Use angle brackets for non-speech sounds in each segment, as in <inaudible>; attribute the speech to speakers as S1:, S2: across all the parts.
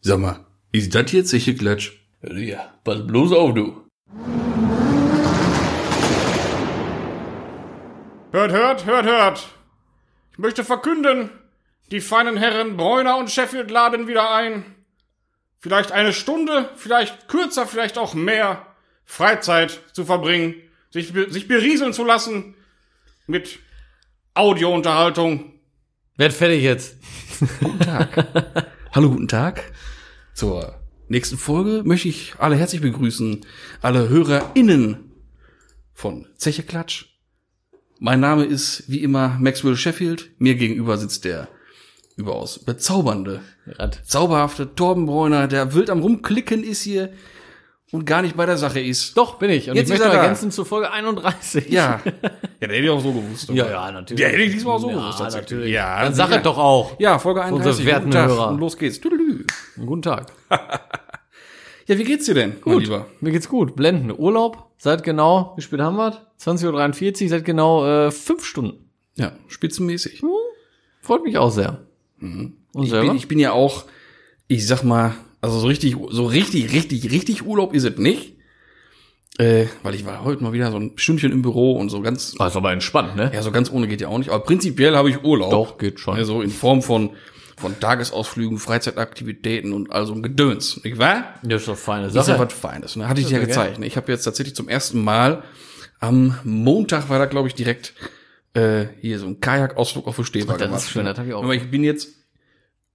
S1: Sag mal, ist das jetzt sicher Klatsch?
S2: Ja, pass bloß auf, du.
S3: Hört, hört, hört, hört. Ich möchte verkünden, die feinen Herren Bräuner und Sheffield laden wieder ein. Vielleicht eine Stunde, vielleicht kürzer, vielleicht auch mehr Freizeit zu verbringen, sich, be- sich berieseln zu lassen mit Audiounterhaltung.
S4: Werd fertig jetzt.
S2: <laughs>
S1: Hallo, guten Tag. Zur nächsten Folge möchte ich alle herzlich begrüßen, alle HörerInnen von Zeche Klatsch. Mein Name ist wie immer Maxwell Sheffield. Mir gegenüber sitzt der überaus bezaubernde,
S4: Rad.
S1: zauberhafte Torben Bräuner, der wild am Rumklicken ist hier und gar nicht bei der Sache ist.
S4: Doch, bin ich. Und
S1: Jetzt
S4: ich möchte
S1: ist er
S4: noch
S1: da.
S4: ergänzen zur Folge
S2: <laughs>
S4: 31.
S1: Ja. ja, der hätte ich auch so gewusst.
S4: Ja, ja, natürlich.
S1: Der hätte ich diesmal auch so
S4: ja,
S1: gewusst, tatsächlich.
S4: Natürlich.
S1: Ja,
S4: Dann sag
S1: sicher.
S4: es doch auch.
S1: Ja, Folge 31.
S4: unsere werten
S1: Guten Tag.
S4: Hörer.
S1: Und los geht's. Tüdelü.
S4: Guten Tag.
S1: Ja, wie geht's dir denn, mein Lieber?
S4: Mir geht's gut. Blendend. Urlaub. Seit genau, wie spät haben wir? 20.43 Uhr, seit genau äh, fünf Stunden.
S1: Ja, spitzenmäßig.
S4: Freut mich auch sehr. Und
S1: Mhm. Ich
S4: selber?
S1: bin, ich bin ja auch, ich sag mal, also so richtig, so richtig, richtig, richtig Urlaub ist es nicht. Äh, weil ich war heute mal wieder so ein Stündchen im Büro und so ganz,
S4: Ah, ist aber entspannt, ne?
S1: ja, so ganz ohne geht ja auch nicht. Aber prinzipiell habe ich Urlaub.
S4: Doch, geht schon.
S1: Also in Form von, von Tagesausflügen, Freizeitaktivitäten und all so ein Gedöns, nicht wahr?
S4: Das ist doch feine
S1: Das ist ja
S4: Sache.
S1: was Feines. Ne? Hatte ich dir ja
S4: ja geil.
S1: gezeigt. Ne? Ich habe jetzt tatsächlich zum ersten Mal am Montag war da, glaube ich, direkt äh, hier so ein Kajakausflug auf der Steber
S4: Ach, das ist
S1: gemacht.
S4: schön, das hab ich auch.
S1: Aber ich bin jetzt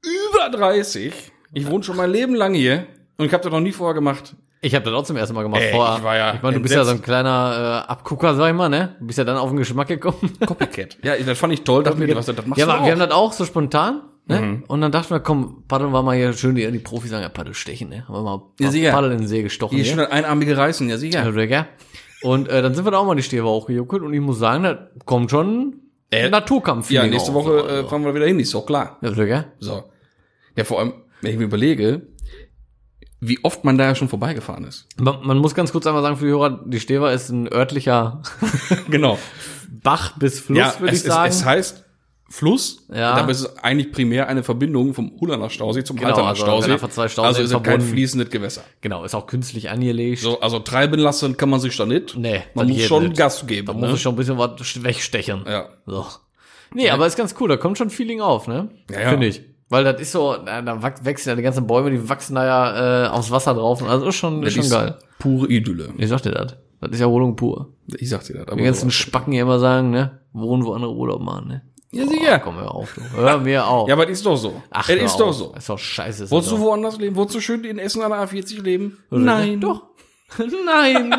S1: über 30. Ich wohne schon mein Leben lang hier und ich habe das noch nie vorher gemacht.
S4: Ich habe das auch zum ersten Mal gemacht.
S1: Ey,
S4: Vorher-
S1: Äh, ich war ja
S4: ich meine, du bist ja
S1: entsetzt.
S4: so ein kleiner äh, Abgucker, sag ich mal, ne? Du bist ja dann auf den Geschmack gekommen.
S3: <laughs>
S1: Copycat. ja, das fand ich toll. Dachte mir, was, das machst
S4: ja,
S1: du
S4: aber
S1: auch.
S4: wir haben das auch so spontan. Ne?
S1: Mhm.
S4: Und dann dachten wir, komm, paddeln wir mal hier schön, die, die Profis sagen ja Paddel stechen, ne? Haben wir mal
S1: Ja, sicher.
S4: Paddel in den See gestochen.
S1: hier
S4: hier.
S1: schon das einarmige Reißen, ja sicher.
S4: Ja, Digga. Und äh, dann sind wir da auch mal die Stäbe hochgejuckelt und ich muss sagen, da kommt schon ein
S1: Äh,
S4: Naturkampf.
S1: Ja, nächste Woche
S4: also.
S1: äh, fahren wir wieder hin, ist doch klar.
S4: Ja, Digga.
S1: So. Ja, vor allem, wenn ich mir überlege, wie oft man da ja schon vorbeigefahren ist.
S4: Man, man muss ganz kurz einmal sagen für die Hörer, die Stever ist ein örtlicher
S1: Genau.
S4: Bach bis Fluss, würde ich
S1: es, halt-
S4: sagen.
S1: Es, es heißt Fluss,
S4: Ja.
S1: dabei ist es eigentlich primär eine Verbindung vom Hullaner Stausee zum
S4: Genau,
S1: Altener
S4: also
S1: Stausee.
S4: wenn einfach zwei Stauseen
S1: also ist es kein
S4: verbunden.
S1: fließendes Gewässer.
S4: genau, ist auch künstlich angelegt.
S1: So, also treiben lassen kann man sich da nicht.
S4: Nee,
S1: man
S4: das
S1: muss
S4: geht
S1: schon
S4: nicht.
S1: Gas geben.
S4: Da
S1: ne?
S4: muss ich schon ein bisschen was sch- wegstechen.
S1: Ja.
S4: So. Nee, aber ist ganz cool, da kommt schon Feeling auf, ne?
S1: Ja, ja.
S4: Finde ich. Weil das ist so, da, da wach- wachsen ja die ganzen Bäume, die wachsen da ja äh, aufs Wasser drauf. und Also ist schon, ist
S1: das
S4: schon
S1: ist
S4: geil.
S1: pure Idylle.
S4: Ich sag dir das. Das ist Erholung pur.
S1: Ich sag dir das.
S4: Die
S1: Aber
S4: ganzen
S1: so.
S4: Spacken hier immer sagen, ne? Wohnen, wo andere Urlaub machen, ne?
S1: Ja, sicher.
S4: Komm, hör auf, du. Hör mir auf.
S1: ja, aber das ist doch so.
S4: Ach,
S1: es
S4: hör
S1: ist
S4: auf.
S1: doch so.
S4: Ist doch scheiße. ist
S1: Wolltest
S4: doch-
S1: du woanders leben? Wolltest du schön in Essen an der A40 leben? <laughs>
S4: Doch. <laughs> Nein.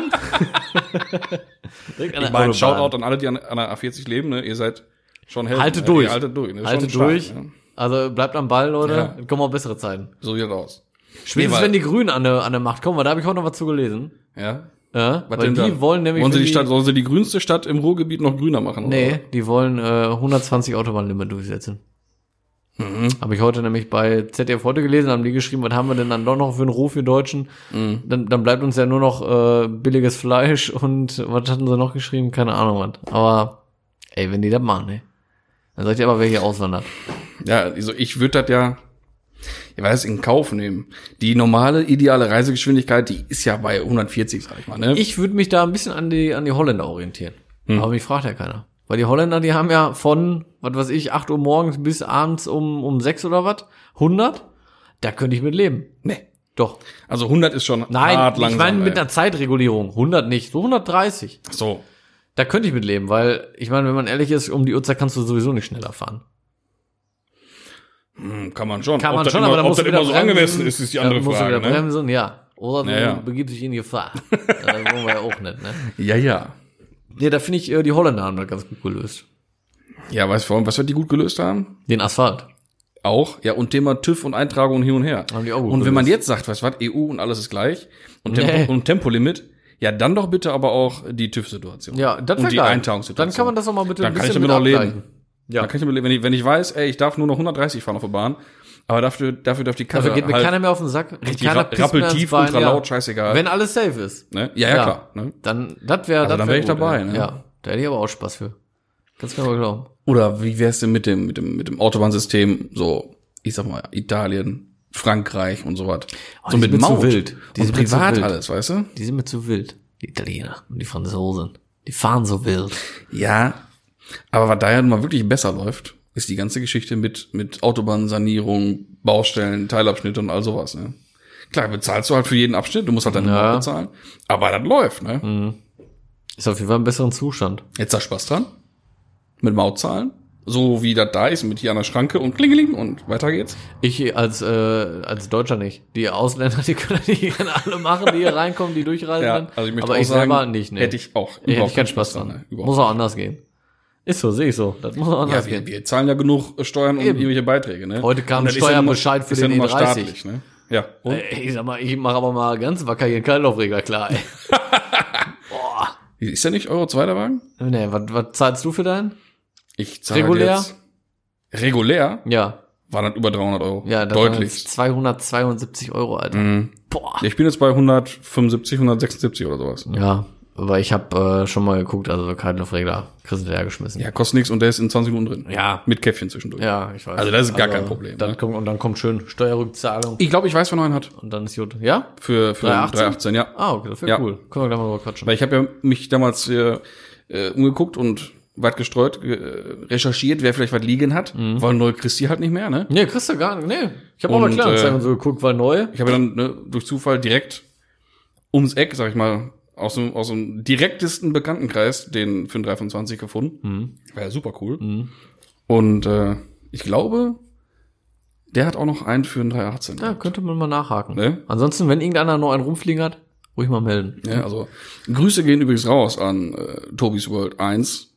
S1: Ich meine, Shoutout an alle, die an, an der A40 leben. Ne? Ihr seid schon Helden. ne?
S4: Haltet durch.
S1: Ihr haltet durch. Ne? Schon
S4: Haltet
S1: stark,
S4: durch.
S1: ne?
S4: Also bleibt am Ball, Leute.
S1: Ja.
S4: Dann kommen auch bessere Zeiten.
S1: So sieht das aus.
S4: Spätestens
S1: weil-
S4: wenn die Grünen an der, an der Macht kommen, weil da habe ich heute noch was zu gelesen.
S1: Ja.
S4: Ja,
S1: Was
S4: weil
S1: denn
S4: die
S1: dann?
S4: wollen nämlich.
S1: Wollen sie,
S4: wenn
S1: die Stadt, sollen sie die grünste Stadt im Ruhrgebiet noch grüner machen?
S4: Nee, die wollen äh, 120 Autobahnlimit durchsetzen.
S1: Mhm.
S4: Habe ich heute nämlich bei ZDF heute gelesen, haben die geschrieben, was haben wir denn dann doch noch für einen Ruf, wir Deutschen?
S1: Mhm.
S4: Dann, dann bleibt uns ja nur noch äh, billiges Fleisch <laughs> und was hatten sie noch geschrieben? Keine Ahnung was. Aber ey, wenn die das machen, ne? Dann sagt ihr aber, wer hier auswandert.
S1: Oder? Ja, also ich würde das ja, ich weiß, in Kauf nehmen. Die normale, ideale Reisegeschwindigkeit, die ist ja bei 140, sag ich mal. Ne?
S4: Ich würde mich da ein bisschen an die, an die Holländer orientieren.
S1: Hm.
S4: Aber mich fragt ja keiner. Weil die Holländer, die haben ja von, was weiß ich, 8 Uhr morgens bis abends um, um 6 oder was, 100. Da könnte ich mit leben.
S1: nee.
S4: Doch.
S1: Also 100 ist schon
S4: Nein,
S1: hart
S4: ich
S1: langsam.
S4: meine mit
S1: ey.
S4: einer Zeitregulierung. 100 nicht, so 130.
S1: Ach so.
S4: Da könnte ich mit leben, weil ich meine, wenn man ehrlich ist, um die Uhrzeit kannst du sowieso nicht schneller fahren.
S1: Hm, kann man schon.
S4: Kann
S1: Ob
S4: man
S1: das
S4: schon,
S1: immer,
S4: aber dann
S1: ob
S4: musst du
S1: das
S4: wieder
S1: immer so
S4: bremsen.
S1: angemessen ist, ist die andere
S4: dann musst
S1: Frage.
S4: du wieder
S1: Ne?
S4: bremsen, ja. Oder du
S1: Naja.
S4: begibst dich
S1: <laughs>
S4: in Gefahr. das wollen wir ja auch nicht, ne?
S1: Ja, ja.
S4: Nee, da finde ich, äh, die Holländer haben das ganz gut gelöst.
S1: Ja, weißt du, warum- was wir die gut gelöst haben?
S4: Den Asphalt.
S1: Auch, ja, und Thema TÜV und Eintragung und hin und her.
S4: Haben die auch gut
S1: und wenn man
S4: gelöst.
S1: jetzt sagt, weißt du was, EU und alles ist gleich und, Tempo,
S4: Nee.
S1: und Tempolimit, ja, dann doch bitte aber auch die TÜV-Situation.
S4: Ja, das
S1: Und
S4: wäre
S1: die
S4: geil.
S1: Eintauungssituation.
S4: Dann kann man das auch mal bitte
S1: Dann
S4: ein
S1: kann ich
S4: bisschen
S1: damit auch
S4: mit
S1: leben.
S4: abgleichen.
S1: Ja.
S4: Ja.
S1: Dann kann ich damit leben, wenn ich, wenn ich weiß, ey, ich darf nur noch 130 fahren auf der Bahn, aber dafür, dafür darf die Karre
S4: Dafür geht mir
S1: halt,
S4: keiner mehr auf den Sack.
S1: richtig
S4: keiner
S1: ra-
S4: pisst mir ans
S1: rappeltief,
S4: Bein,
S1: ultra
S4: ja.
S1: laut, scheißegal.
S4: Wenn alles safe ist.
S1: ne? ja, ja,
S4: Ja.
S1: klar. Ne?
S4: Dann, das wäre,
S1: dann wär ich dabei, ne?
S4: Ja, da hätte ich aber auch Spaß für. Kannst mir mal glauben.
S1: Oder wie wär's denn mit dem, mit dem, mit dem Autobahnsystem, so, ich sag mal, Italien, Frankreich und so was.
S4: Oh,
S1: so
S4: die
S1: mit
S4: sind mir zu
S1: Maut.
S4: wild. Die
S1: und
S4: sind mir zu
S1: privat
S4: wild.
S1: alles, weißt du?
S4: Die sind mir zu wild. Die Italiener und die Franzosen. Die fahren so wild.
S1: Ja. Aber was da ja nun mal wirklich besser läuft, ist die ganze Geschichte mit, mit Autobahnsanierung, Baustellen, Teilabschnitte und all sowas, ne? Klar, bezahlst du halt für jeden Abschnitt, du musst halt deine
S4: Ja. Mhm.
S1: Maut bezahlen. Aber das läuft, ne?
S4: Ist auf jeden Fall im besseren Zustand.
S1: Jetzt da Spaß dran. Mit Maut zahlen. So wie das da ist, mit hier an der Schranke und klingeling und weiter geht's.
S4: Ich als, äh, als Deutscher nicht. Die Ausländer, <laughs> die können die gerne alle machen, die hier reinkommen, die durchreisen. dann.
S1: also
S4: Aber ich selber nicht, ne.
S1: Hätte ich auch.
S4: hätte
S1: überhaupt
S4: ich keinen Spaß dran.
S1: ne?
S4: Muss
S1: Überhaupt.
S4: auch anders gehen. Ist so, sehe ich so. Das muss auch anders
S1: Ja, wir,
S4: gehen.
S1: wir zahlen ja genug äh, Steuern und
S4: Eben.
S1: irgendwelche Beiträge, ne?
S4: Heute kam
S1: Und das
S4: ein
S1: ist ja nun mal-
S4: Steuerbescheid für
S1: ist ja
S4: den E Äh.
S1: nun mal
S4: E30.
S1: staatlich, Ne? Ja. Und?
S4: Ey, ich sag mal, ich mache aber mal ganz wacker hier einen Kreislaufreger klar. Ey. <laughs>
S1: Ist ja nicht Euro 2 der Wagen?
S4: nee, was, was zahlst du für deinen?
S1: Ich zahle halt
S4: Regulär?
S1: Jetzt, regulär
S4: Ja,
S1: waren das über 300 Euro.
S4: ja, das waren jetzt
S1: Deutlich. Mhm.
S4: 272 Euro, Alter. Boah.
S1: Ich bin jetzt bei 175, 176 oder sowas.
S4: Ja, aber ich habe äh, schon mal geguckt, also Kreislaufregler kriegst du hergeschmissen.
S1: Ja, kostet nichts und der ist in 20 Minuten drin.
S4: Ja.
S1: Mit Käffchen zwischendurch.
S4: Ja, ich weiß.
S1: Also das ist gar kein Problem,
S4: Dann
S1: ne?
S4: kommt, und dann kommt schön Steuerrückzahlung
S1: Ich glaube, ich weiß, wer noch einen hat.
S4: und dann ist gut. Ja?
S1: Für, für
S4: 318?
S1: 318, ja.
S4: Ah, okay, das wäre
S1: Ja.
S4: cool. Können wir gleich mal drüber quatschen.
S1: Weil ich habe ja mich damals äh, äh, umgeguckt und weit gestreut, äh, recherchiert, wer vielleicht was liegen hat,
S4: Mhm.
S1: weil Neu Christi halt nicht mehr, ne?
S4: Nee, kriegst du gar nicht. Nee. Ich habe auch mal
S1: Und,
S4: Kleinanzeigen
S1: äh,
S4: und so geguckt, war neu.
S1: Ich habe ja dann ne, durch Zufall direkt ums Eck, sag ich mal, aus dem, aus dem direktesten Bekanntenkreis den 525 gefunden. War ja super cool. Und äh, ich glaube, der hat auch noch einen für einen 318.
S4: Ja, könnte man mal nachhaken.
S1: Ne?
S4: Ansonsten, wenn irgendeiner noch einen rumfliegen hat, ruhig mal melden.
S1: Ja, also Grüße gehen übrigens raus an äh, Tobis World 1.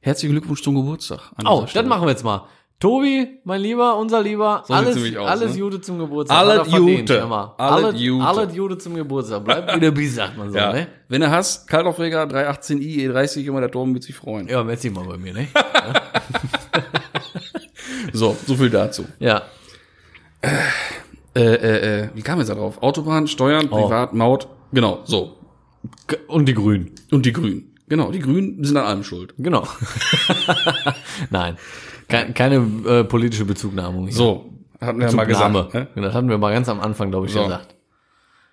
S1: Herzlichen Glückwunsch zum Geburtstag. an
S4: Oh,
S1: dieser
S4: das
S1: Stelle.
S4: machen wir jetzt mal. Tobi, mein Lieber, unser Lieber,
S1: So sieht's
S4: alles,
S1: nämlich aus,
S4: alles
S1: ne?
S4: Jude zum Geburtstag.
S1: Alles
S4: Hat er verdient,
S1: Jude.
S4: hör mal.
S1: Alles
S4: Alles
S1: Jude.
S4: Alles Jude zum Geburtstag. Bleibt wieder bis, sagt man so,
S1: Ja.
S4: ne?
S1: Wenn du hast, Kaltaufreger 318i E30, immer der Torben wird sich freuen.
S4: Ja, meld dich mal bei mir, ne?
S1: So, so viel dazu.
S4: <laughs> ja.
S1: Äh, äh, äh, wie kam jetzt da drauf? Autobahn, Steuern,
S4: Oh.
S1: Privat, Maut, genau, so.
S4: Und die Grünen.
S1: Und die Grünen. Genau, die Grünen sind an allem schuld.
S4: <laughs> Genau. Nein. Keine, keine äh, politische Bezugnahme. hier.
S1: So, hatten wir ja mal gesagt. Ne?
S4: Das hatten wir mal ganz am Anfang, glaube ich,
S1: So.
S4: gesagt.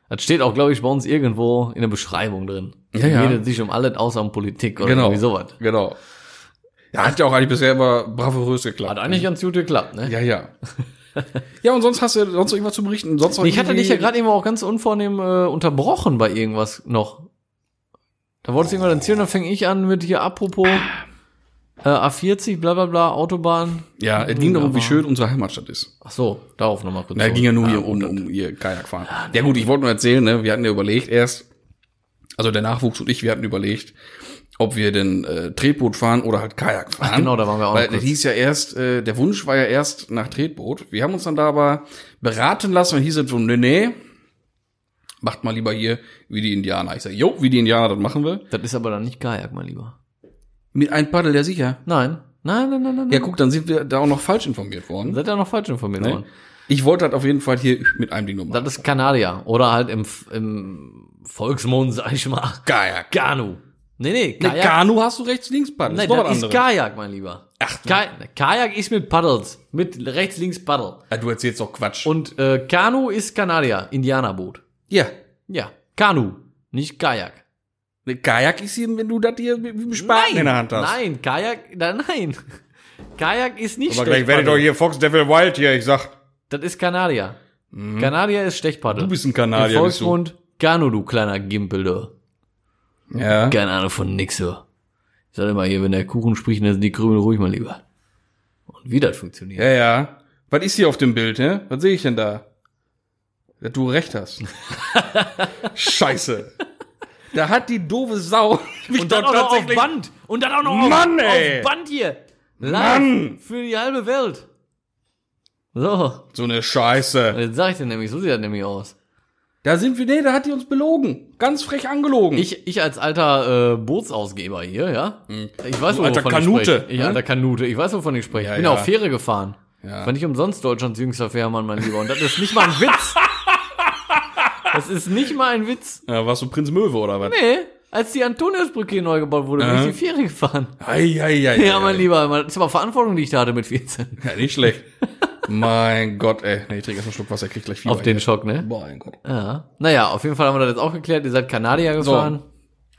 S4: Das steht auch, glaube ich, bei uns irgendwo in der Beschreibung drin.
S1: Ja, ja.
S4: Redet sich um alles außer um Politik oder
S1: Genau.
S4: irgendwie sowas.
S1: Genau. Ja, hat ja auch eigentlich bisher immer bravourös geklappt.
S4: Hat eigentlich ganz gut geklappt, ne?
S1: Mhm. Ja, ja. ja, und sonst hast du sonst noch irgendwas zu berichten. Sonst noch
S4: ich hatte dich
S1: irgendwie-
S4: ja gerade eben auch ganz unvornehm äh, unterbrochen bei irgendwas noch. Da wolltest du irgendwas erzählen, dann fäng ich an mit hier apropos äh, A40, bla bla bla, Autobahn.
S1: Ja, es ging darum, wie
S4: Aber-
S1: schön unsere Heimatstadt ist.
S4: Ach so, darauf nochmal kurz.
S1: Na,
S4: zurück.
S1: ging ja nur hier um, um ihr Kajakfahren. Ja gut, ich wollte nur erzählen, ne, wir hatten ja überlegt erst, also der Nachwuchs und ich, wir hatten überlegt, ob wir denn äh, Tretboot fahren oder halt Kajak fahren.
S4: genau, da waren wir auch
S1: Weil
S4: noch
S1: das
S4: kurz.
S1: hieß ja erst, äh, der Wunsch war ja erst nach Tretboot. Wir haben uns dann da aber beraten lassen und hieß es so, nee, nee, macht mal lieber hier wie die Indianer. Ich sage, jo, wie die Indianer, das machen wir.
S4: Das ist aber dann nicht Kajak, mein Lieber.
S1: Mit einem Paddel, ja sicher.
S4: Nein. Nein, nein, nein, nein.
S1: Ja
S4: nein.
S1: guck, dann sind wir da auch noch falsch informiert
S4: Dann
S1: worden.
S4: seid ihr noch falsch informiert
S1: Ne?
S4: worden.
S1: Ich wollte halt auf jeden Fall hier mit einem Ding nur machen.
S4: Das ist Kanadier. Oder halt im, im Volksmund, sag ich mal.
S1: Kajak.
S4: Ganu. Nee, nee,
S1: Ne,
S4: Kajak.
S1: Kanu hast du rechts, links Paddel.
S4: Nein,
S1: war
S4: das
S1: was
S4: ist
S1: anderes.
S4: Kajak, mein Lieber. Ach, Ka Kajak ist mit Paddels. Mit rechts, links Paddel.
S1: Ah, du erzählst doch Quatsch.
S4: Und äh, Kanu ist Kanadier, Indianerboot.
S1: ja.
S4: Ja, Kanu, nicht Kajak.
S1: Ne, Kajak ist hier, wenn du das hier mit mit dem Spaten in der Hand hast.
S4: Nein, Kajak, da, nein. <laughs> Kajak ist nicht
S3: Aber gleich werde ich doch hier Fox Devil Wild hier, ich sag.
S4: Das ist Kanadier. Kanadier ist Stechpaddel.
S1: Mhm. Du bist ein
S4: Im
S1: Kanadier, bist du.
S4: Volksmund Kanu, du kleiner Gimpel, du.
S1: Ja.
S4: Keine Ahnung von nix, du. Ich sag immer hier, wenn der Kuchen spricht, dann sind die Krümel ruhig mal lieber. Und wie das funktioniert.
S1: Ja, ja. Was ist hier auf dem Bild, hä? Was sehe ich denn da? Dass du recht hast. Scheiße. Da hat die doofe Sau <laughs> mich
S4: Und dann auch noch auf Band. Und dann auch noch
S1: Mann,
S4: auf,
S1: ey.
S4: auf Band hier. Live
S1: Mann!
S4: Für die halbe Welt. So,
S1: So eine Scheiße.
S4: jetzt sag ich dir nämlich, so sieht das nämlich aus.
S1: Da sind wir, nee, da hat die uns belogen. Ganz frech angelogen.
S4: Ich, ich als alter äh, Bootsausgeber hier, ja. Ich weiß,
S1: Hm. alter
S4: wovon ich
S1: Kanute,
S4: spreche. Ich
S1: ne?
S4: alter Kanute. Ich weiß, wovon ich spreche.
S1: Ja,
S4: ich bin
S1: ja.
S4: auch Fähre gefahren. Ja. War nicht umsonst Deutschlands jüngster Fährmann, mein Lieber. Und das ist nicht mal
S1: <laughs>
S4: ein Witz. Das ist nicht mal ein Witz.
S1: ja, warst du Prinz Möwe oder was?
S4: Nee, als die Antoniusbrücke hier neu gebaut wurde, bin
S1: Ja.
S4: ich die Fähre gefahren.
S1: Ei, ei, ei,
S4: Ja,
S1: ei,
S4: mein
S1: ei.
S4: Lieber, das ist aber Verantwortung, die ich da hatte mit 14.
S1: Ja, nicht schlecht. <laughs> Mein Gott, ey. Nee, ich trinke erst einen Schluck Wasser, ich krieg gleich Fieber.
S4: Auf den
S1: ey.
S4: Schock, ne?
S1: Boah, mein Gott.
S4: Ja. Naja, auf jeden Fall haben wir das jetzt auch geklärt. Ihr seid Kanadier gefahren.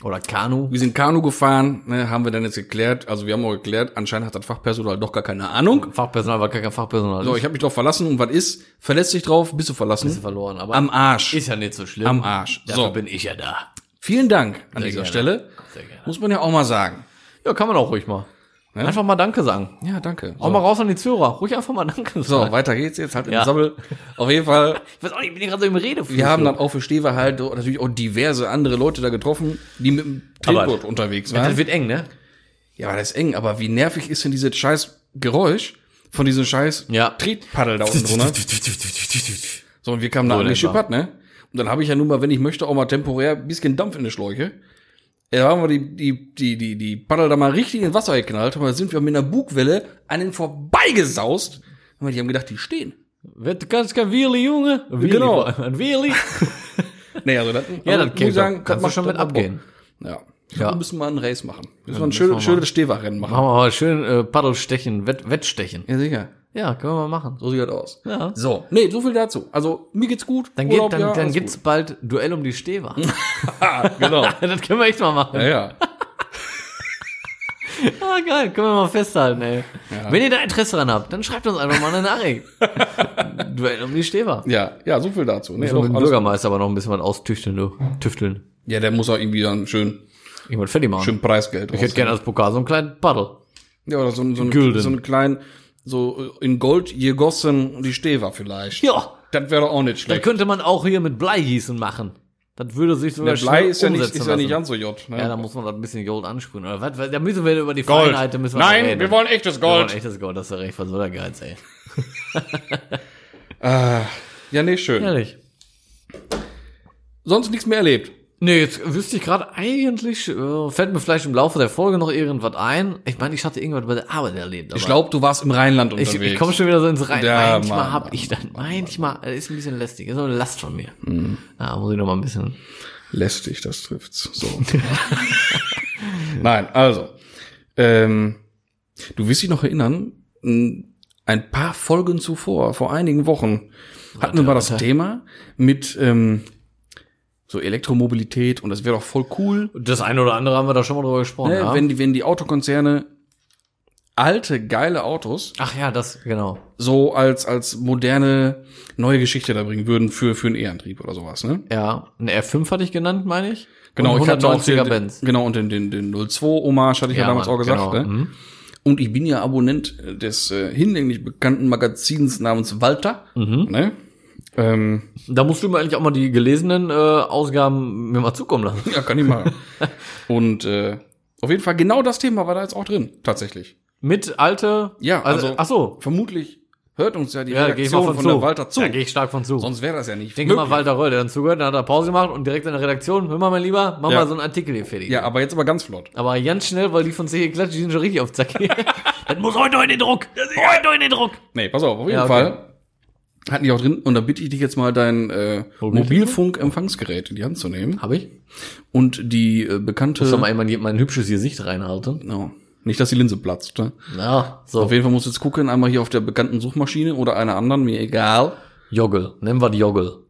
S4: Oder Kanu.
S1: Wir sind Kanu gefahren, ne, haben wir dann jetzt geklärt. Also wir haben auch geklärt, anscheinend hat das Fachpersonal halt doch gar keine Ahnung.
S4: Fachpersonal war gar kein Fachpersonal.
S1: So, ich habe mich drauf verlassen und was ist? Verletzt dich drauf, bist du verlassen?
S4: ist verloren, aber
S1: Am Arsch.
S4: ist ja nicht so schlimm.
S1: Am Arsch.
S4: Dafür
S1: So.
S4: bin ich ja da.
S1: Vielen Dank an dieser
S4: gerne.
S1: Stelle.
S4: Sehr gerne.
S1: Muss man ja auch mal sagen.
S4: Ja, kann man auch ruhig mal. Einfach mal Danke sagen.
S1: Ja, danke.
S4: Auch
S1: So,
S4: mal raus an die Zuhörer. Ruhig einfach mal Danke
S1: so
S4: sagen.
S1: weiter geht's jetzt halt im
S4: Ja.
S1: Sammel. Auf jeden
S4: <laughs>
S1: Fall
S4: Ich weiß auch nicht, ich bin hier gerade so im Rede.
S1: Wir haben dann auch für Stewe halt natürlich auch diverse andere Leute da getroffen, die mit dem Tretboot
S4: Aber-
S1: unterwegs
S4: Das
S1: waren.
S4: wird eng, ne?
S1: Ja, aber das ist eng, aber wie nervig ist denn dieses scheiß Geräusch von diesem scheiß
S4: Ja.
S1: Tretpaddel da
S4: <laughs>
S1: unten drunter? So, und wir kamen da
S4: So in
S1: angeschippert, ne? Und dann habe ich ja nun mal, wenn ich möchte, auch mal temporär ein bisschen Dampf in die Schläuche. Da haben wir die, die, die, die, die Paddel da mal richtig ins Wasser geknallt, aber da sind wir mit einer Bugwelle an den vorbeigesaust. Aber die haben gedacht, die stehen.
S4: Wird- Du kannst kein Wheelie, Junge. Ein Wheelie,
S1: Genau.
S4: Ein Wheelie.
S1: Nee, also das,
S4: Ja,
S1: also
S4: das
S1: muss
S4: geht
S1: ich sagen, das
S4: doch. Kannst du
S1: macht-
S4: schon mit
S1: das macht Bock.
S4: abgehen.
S1: Ja.
S4: Ja.
S1: Wir müssen mal ein Race machen. Müssen wir ein
S4: müssen wir mal.
S1: schönes, schönes Stehwachrennen machen.
S4: Machen wir mal schön äh, Paddelstechen, Wett, Wettstechen.
S1: Ja, sicher.
S4: Ja, können wir mal machen.
S1: So sieht das aus.
S4: Ja.
S1: So. Nee, so viel dazu. Also, mir geht's gut.
S4: Dann, geht,
S1: Urlaub,
S4: dann,
S1: ja,
S4: dann
S1: alles
S4: gibt's bald Duell um die Stewa.
S1: gut. Genau.
S4: <laughs> das können wir echt mal machen.
S1: ja, ja.
S4: Ah, geil, können wir mal festhalten, ey. Wenn ihr da Interesse dran habt, dann schreibt uns einfach mal
S1: <laughs>
S4: eine Nachricht. Duell um die Stewa.
S1: Ja, ja, so viel dazu. Nee,
S4: Müssen wir
S1: doch,
S4: mit dem
S1: alles-
S4: Bürgermeister aber noch ein bisschen was austüchteln, du. Tüfteln.
S1: ja, der muss auch irgendwie dann schön,
S4: Irgendwas fertig machen.
S1: schön Preisgeld
S4: Ich hätte gerne als Pokal so einen kleinen Paddel.
S1: Ja, oder so, ein- so, ein,
S4: Gülden.
S1: so einen kleinen, so äh, in Gold gegossen die Stewa vielleicht.
S4: Ja,
S1: Das wäre doch auch nicht
S4: das
S1: schlecht.
S4: könnte man auch hier mit Bleigießen machen. Das würde sich sogar
S1: Der Blei ist ja nicht,
S4: umsetzen
S1: ist ja nicht
S4: lassen.
S1: ganz so jod. Ne?
S4: Ja, da muss man das ein bisschen Gold ansprühen. Oder was? Da müssen wir über die
S3: Gold.
S4: Feinheiten müssen wir
S3: Nein,
S4: reden.
S3: wir wollen echtes
S4: Wir wollen
S3: Gold.
S4: echtes Gold, das ist ja recht. Was soll der Geiz, ey?
S1: Ah. ja nee, schön.
S4: Ehrlich.
S1: Sonst nichts mehr erlebt.
S4: Nee, jetzt wüsste ich gerade eigentlich, äh, fällt mir vielleicht im Laufe der Folge noch irgendwas ein. Ich meine, ich hatte irgendwas bei der Arbeit erlebt. Aber
S1: Ich glaube, du warst im Rheinland
S4: ich,
S1: unterwegs.
S4: ich komme schon wieder so ins Rein.
S1: Ja,
S4: manchmal
S1: Mann,
S4: hab
S1: Mann,
S4: ich dann, manchmal, äh, ist ein bisschen lästig, ist so eine Last von mir. Da muss ich noch mal ein bisschen.
S1: Lästig, das trifft's. So. Nein, also. Ähm, du wirst dich noch erinnern, m, ein paar Folgen zuvor, vor einigen Wochen, hatten wir mal das Thema mit ähm, so Elektromobilität und das wäre doch voll cool,
S4: Das eine oder andere haben wir da schon mal drüber gesprochen.
S1: ne,
S4: ja?
S1: wenn, die, wenn die Autokonzerne alte, geile Autos
S4: Ach ja, das, genau.
S1: so als, als moderne, neue Geschichte da bringen würden für, für einen E-Antrieb oder sowas. Ne?
S4: Ja, ein R5 hatte ich genannt, meine ich.
S1: Genau,
S4: und
S1: ich hatte auch
S4: 190er
S1: den,
S4: Benz.
S1: genau und den, den, den 02 Hommage hatte ich ja, damals
S4: Mann,
S1: auch gesagt.
S4: genau.
S1: Ne?
S4: Mhm.
S1: Und ich bin ja Abonnent des äh, hinlänglich bekannten Magazins namens Walter.
S4: Mhm.
S1: Ne? Ähm,
S4: Da musst du mir eigentlich auch mal die gelesenen äh, Ausgaben mir mal zukommen lassen.
S1: ja, kann ich
S4: <laughs>
S1: machen. und äh, auf jeden Fall genau das Thema war da jetzt auch drin, tatsächlich.
S4: Mit alte.
S1: Ja,
S4: also.
S1: also-
S4: ach so.
S1: Vermutlich hört uns ja die
S4: Ja, da gehe ich mal
S1: Redaktion
S4: von,
S1: von,
S4: zu.
S1: der Walter zu.
S4: Da gehe ich stark von zu.
S1: Sonst wäre das ja nicht.
S4: Ich denke mal,
S1: möglich.
S4: Walter Röll, der dann zugehört, dann hat er Pause gemacht und direkt in der Redaktion, hör mal, mein Lieber, mach
S1: Ja.
S4: mal so einen Artikel hier fertig.
S1: ja, aber jetzt aber ganz flott.
S4: Aber ganz schnell, weil die von CE Klatsch, die sind schon richtig
S1: <laughs>
S4: auf Zack. das muss heute in den Druck. Das ist heute in den Druck.
S1: Nee, pass auf, auf jeden
S4: Ja, okay.
S1: Fall hatten die auch drin, und da bitte ich dich jetzt mal dein äh,
S4: Mobiltelefon?
S1: Mobilfunkempfangsgerät in die Hand zu nehmen.
S4: Hab ich?
S1: Und die äh, bekannte.
S4: Soll mal jemand mein hübsches Gesicht reinhalten?
S1: Genau. Nicht, dass die Linse platzt. Ne?
S4: Na, so.
S1: Auf jeden Fall musst du jetzt gucken, einmal hier auf der bekannten Suchmaschine oder einer anderen, mir egal.
S4: Joggel. Nennen wir die Joggel.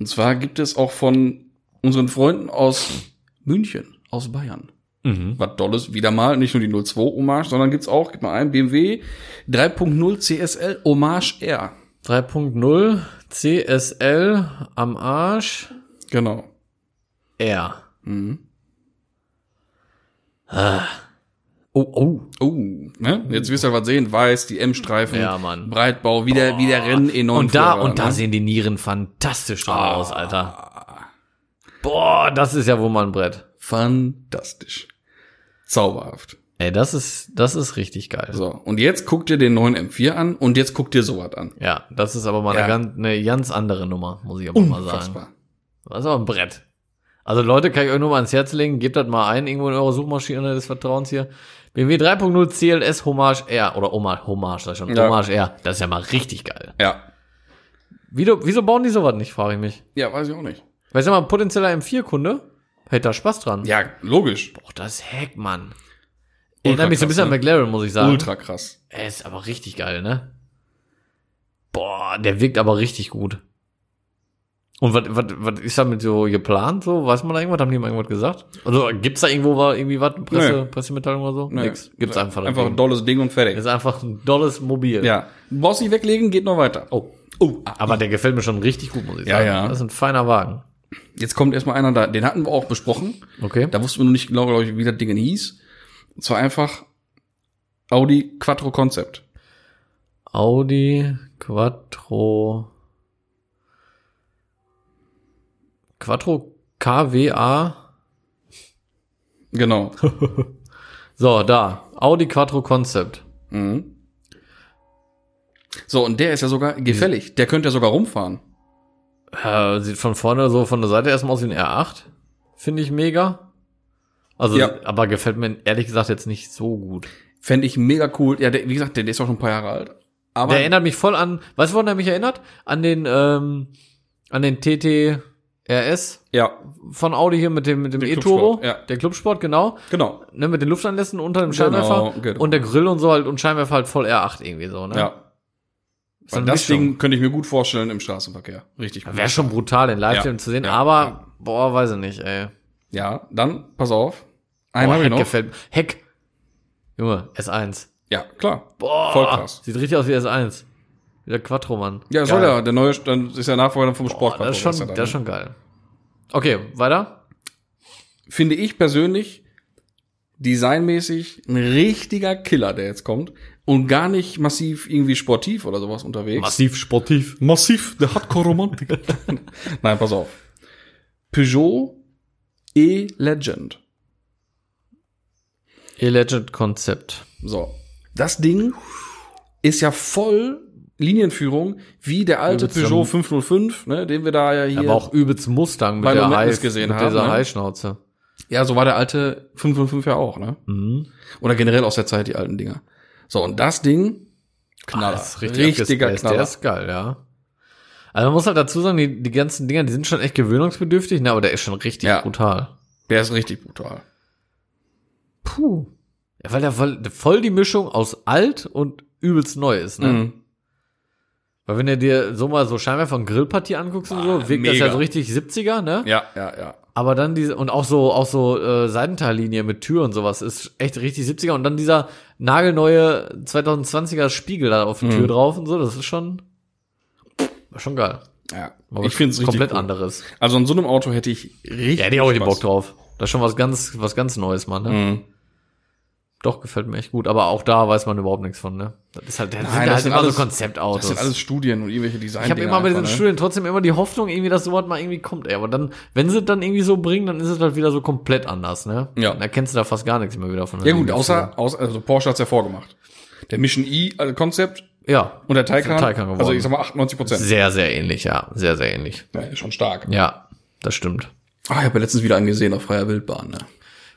S1: Und zwar gibt es auch von unseren Freunden aus München, aus Bayern. Was Dolles, wieder mal, nicht nur die 02 Hommage, sondern gibt's auch, gib mal ein, BMW 3.0 CSL Hommage R.
S4: 3.0 CSL am Arsch
S1: Genau.
S4: R.
S1: Mhm.
S4: Ah. Oh, oh.
S1: Oh, ne? Jetzt wirst du halt was sehen, weiß, die M-Streifen,
S4: Ja, Mann.
S1: Breitbau, wieder, wieder Rennen ne? enorm.
S4: Und da, und da sehen die Nieren fantastisch drauf
S1: Ah.
S4: aus, Alter. Boah, das ist ja wohl mal ein Brett.
S1: Fantastisch. Zauberhaft.
S4: Ey, das ist, das ist richtig geil.
S1: So, und jetzt guck dir den neuen M4 an und jetzt guck dir sowas an.
S4: Ja, das ist aber mal
S1: Ja.
S4: eine, ganz, eine ganz andere Nummer, muss ich aber mal sagen.
S1: Unfassbar.
S4: Das ist aber ein Brett. Also Leute, kann ich euch nur mal ans Herz legen, gebt das mal ein, irgendwo in eurer Suchmaschine des Vertrauens hier. BMW 3.0 CLS Hommage R oder Hommage, Hommage, sag ich schon,
S1: Ja.
S4: Hommage R. Das ist ja mal richtig geil.
S1: Ja.
S4: Wieso, wieso bauen die sowas nicht, frage ich mich.
S1: Ja, weiß ich auch nicht.
S4: Weil ich sag mal, ein potenzieller M4-Kunde hätte da Spaß dran.
S1: Ja, logisch.
S4: Boah, das ist Hack, Mann.
S1: Ultra
S4: Erinnert mich so
S1: krass,
S4: ein bisschen an
S1: ne?
S4: McLaren, muss ich sagen.
S1: Ultra krass.
S4: Ey, ist aber richtig geil, ne? Boah, der wirkt aber richtig gut. Und was, was, was ist damit so geplant? So, weiß man da irgendwas? Haben die mal irgendwas gesagt? Also gibt's da irgendwo wa- irgendwie was? Presse, Pressemitteilung oder so? Nix. Gibt's einfach. das
S1: Einfach ein
S4: Ding.
S1: dolles Ding und fertig.
S4: ist einfach ein dolles Mobil.
S1: Ja. Du brauchst nicht weglegen, geht noch weiter.
S4: Oh.
S1: Oh,
S4: Aber der gefällt mir schon richtig gut, muss ich
S1: Ja,
S4: sagen.
S1: ja.
S4: Das ist ein feiner Wagen.
S1: jetzt kommt erstmal einer da, den hatten wir auch besprochen.
S4: Okay.
S1: Da wussten wir noch nicht genau, glaube ich, wie das Ding hieß. Und zwar einfach Audi Quattro Concept.
S4: Audi Quattro. Quattro KWA. <laughs>
S1: Genau.
S4: So, da. Audi Quattro Concept.
S1: mhm. So, und der ist ja sogar gefällig. Der könnte ja sogar rumfahren.
S4: Äh, sieht von vorne so von der Seite erstmal aus wie ein R8. Finde ich mega. Also,
S1: Ja.
S4: aber gefällt mir ehrlich gesagt jetzt nicht so gut.
S1: Fände ich mega cool. Ja, der, wie gesagt, der, der ist auch schon ein paar Jahre alt. Aber
S4: der erinnert mich voll an, weißt du, woran er mich erinnert? An den, ähm, an den TTRS
S1: ja,
S4: von Audi hier mit dem, mit dem
S1: Den
S4: E-Turbo.
S1: Clubsport, ja.
S4: Der Clubsport, genau.
S1: genau.
S4: Ne, mit den Luftanlässen unter dem
S1: Genau,
S4: Scheinwerfer.
S1: genau.
S4: Und der Grill und so halt und Scheinwerfer halt voll R8 irgendwie so, ne?
S1: Ja.
S4: so
S1: Weil
S4: eine
S1: das
S4: Mischung.
S1: Ding könnte ich mir gut vorstellen im Straßenverkehr. Richtig gut.
S4: Wäre schon brutal, den Livestream
S1: Ja,
S4: zu sehen,
S1: ja,
S4: aber,
S1: ja.
S4: boah, weiß ich nicht, ey.
S1: Ja, dann, pass auf.
S4: Boah,
S1: Einmal
S4: Heck
S1: noch.
S4: gefällt mir. Heck. Junge, S1.
S1: Ja, klar.
S4: Boah,
S1: Voll krass.
S4: Sieht richtig aus wie S1. Wie der Quattro-Mann.
S1: Ja, soll ja. Der neue, dann ist ja Nachfolger vom
S4: Boah,
S1: Sportquattro.
S4: das ist schon,
S1: ist ja dann,
S4: das ist schon geil. Okay, weiter?
S1: finde ich persönlich designmäßig ein richtiger Killer, der jetzt kommt und gar nicht massiv irgendwie sportiv oder sowas unterwegs.
S4: Massiv sportiv.
S1: massiv, der Hardcore-Romantik. <laughs> Nein, pass auf. Peugeot E-Legend.
S4: E-Legend Konzept.
S1: So. Das Ding ist ja voll Linienführung, wie der alte
S4: Ja, mit so
S1: Peugeot
S4: einem-
S1: 505, ne, den wir da ja hier.
S4: Aber auch übelst Mustang mit
S1: Bei
S4: der
S1: Momentus
S4: Hai,
S1: gesehen
S4: mit
S1: haben,
S4: dieser
S1: ne?
S4: Haischnauze.
S1: Ja, so war der alte 505 ja auch, ne?
S4: Mhm.
S1: Oder generell aus der Zeit die alten Dinger. So, und das Ding, Knaller.
S4: das Ah, ist richtig
S1: Richtiger
S4: abgespaced.
S1: Knaller.
S4: Der ist geil, ja. Also man muss halt dazu sagen, die, die ganzen Dinger, die sind schon echt gewöhnungsbedürftig, ne, aber der ist schon richtig
S1: Ja.
S4: brutal.
S1: der ist richtig brutal.
S4: Puh. Ja, weil der voll, voll die Mischung aus alt und übelst neu ist, ne?
S1: Mhm.
S4: Weil wenn du dir so mal so Scheinwerfer von Grillpartie anguckst und so, wirkt das
S1: Ah, mega.
S4: ja so richtig 70er, ne?
S1: Ja, ja, ja.
S4: Aber dann diese, und auch so, auch so äh, Seitenteillinie mit Tür und sowas ist echt richtig 70er. Und dann dieser nagelneue 2020er Spiegel da auf der
S1: Mhm.
S4: Tür drauf und so, das ist schon, war schon geil.
S1: ja.
S4: Aber
S1: Ich finde es richtig
S4: Komplett
S1: cool.
S4: anderes.
S1: Also an so einem Auto hätte ich richtig
S4: Ja, die auch den
S1: Spaß.
S4: Bock drauf. Das ist schon was ganz, was ganz Neues, Mann. Ne?
S1: Mhm.
S4: Doch, gefällt mir echt gut. Aber auch da weiß man überhaupt nichts von, ne? Das ist halt, das
S1: Nein,
S4: sind
S1: das
S4: halt
S1: sind
S4: immer
S1: alles-
S4: so Konzeptautos.
S1: Das sind alles ne? Studien und irgendwelche Design.
S4: Also Ich habe immer bei diesen Studien trotzdem immer die Hoffnung, irgendwie, dass sowas mal irgendwie kommt. Ey. Aber dann, wenn sie es dann irgendwie so bringen, dann ist es halt wieder so komplett anders, ne?
S1: Ja.
S4: Dann erkennst du da fast gar nichts mehr wieder von. der
S1: Ja gut,
S4: Linie.
S1: außer, außer also Porsche hat's ja vorgemacht. Der Mission E also Konzept
S4: Ja.
S1: und der Taycan,
S4: Der Taycan geworden.
S1: also ich sag mal 98 Prozent.
S4: Sehr, sehr ähnlich, ja. Sehr, sehr ähnlich.
S1: Ja, schon stark.
S4: Ja, das stimmt.
S1: Ah, ich habe ja letztens wieder einen gesehen auf freier Wildbahn. Ne?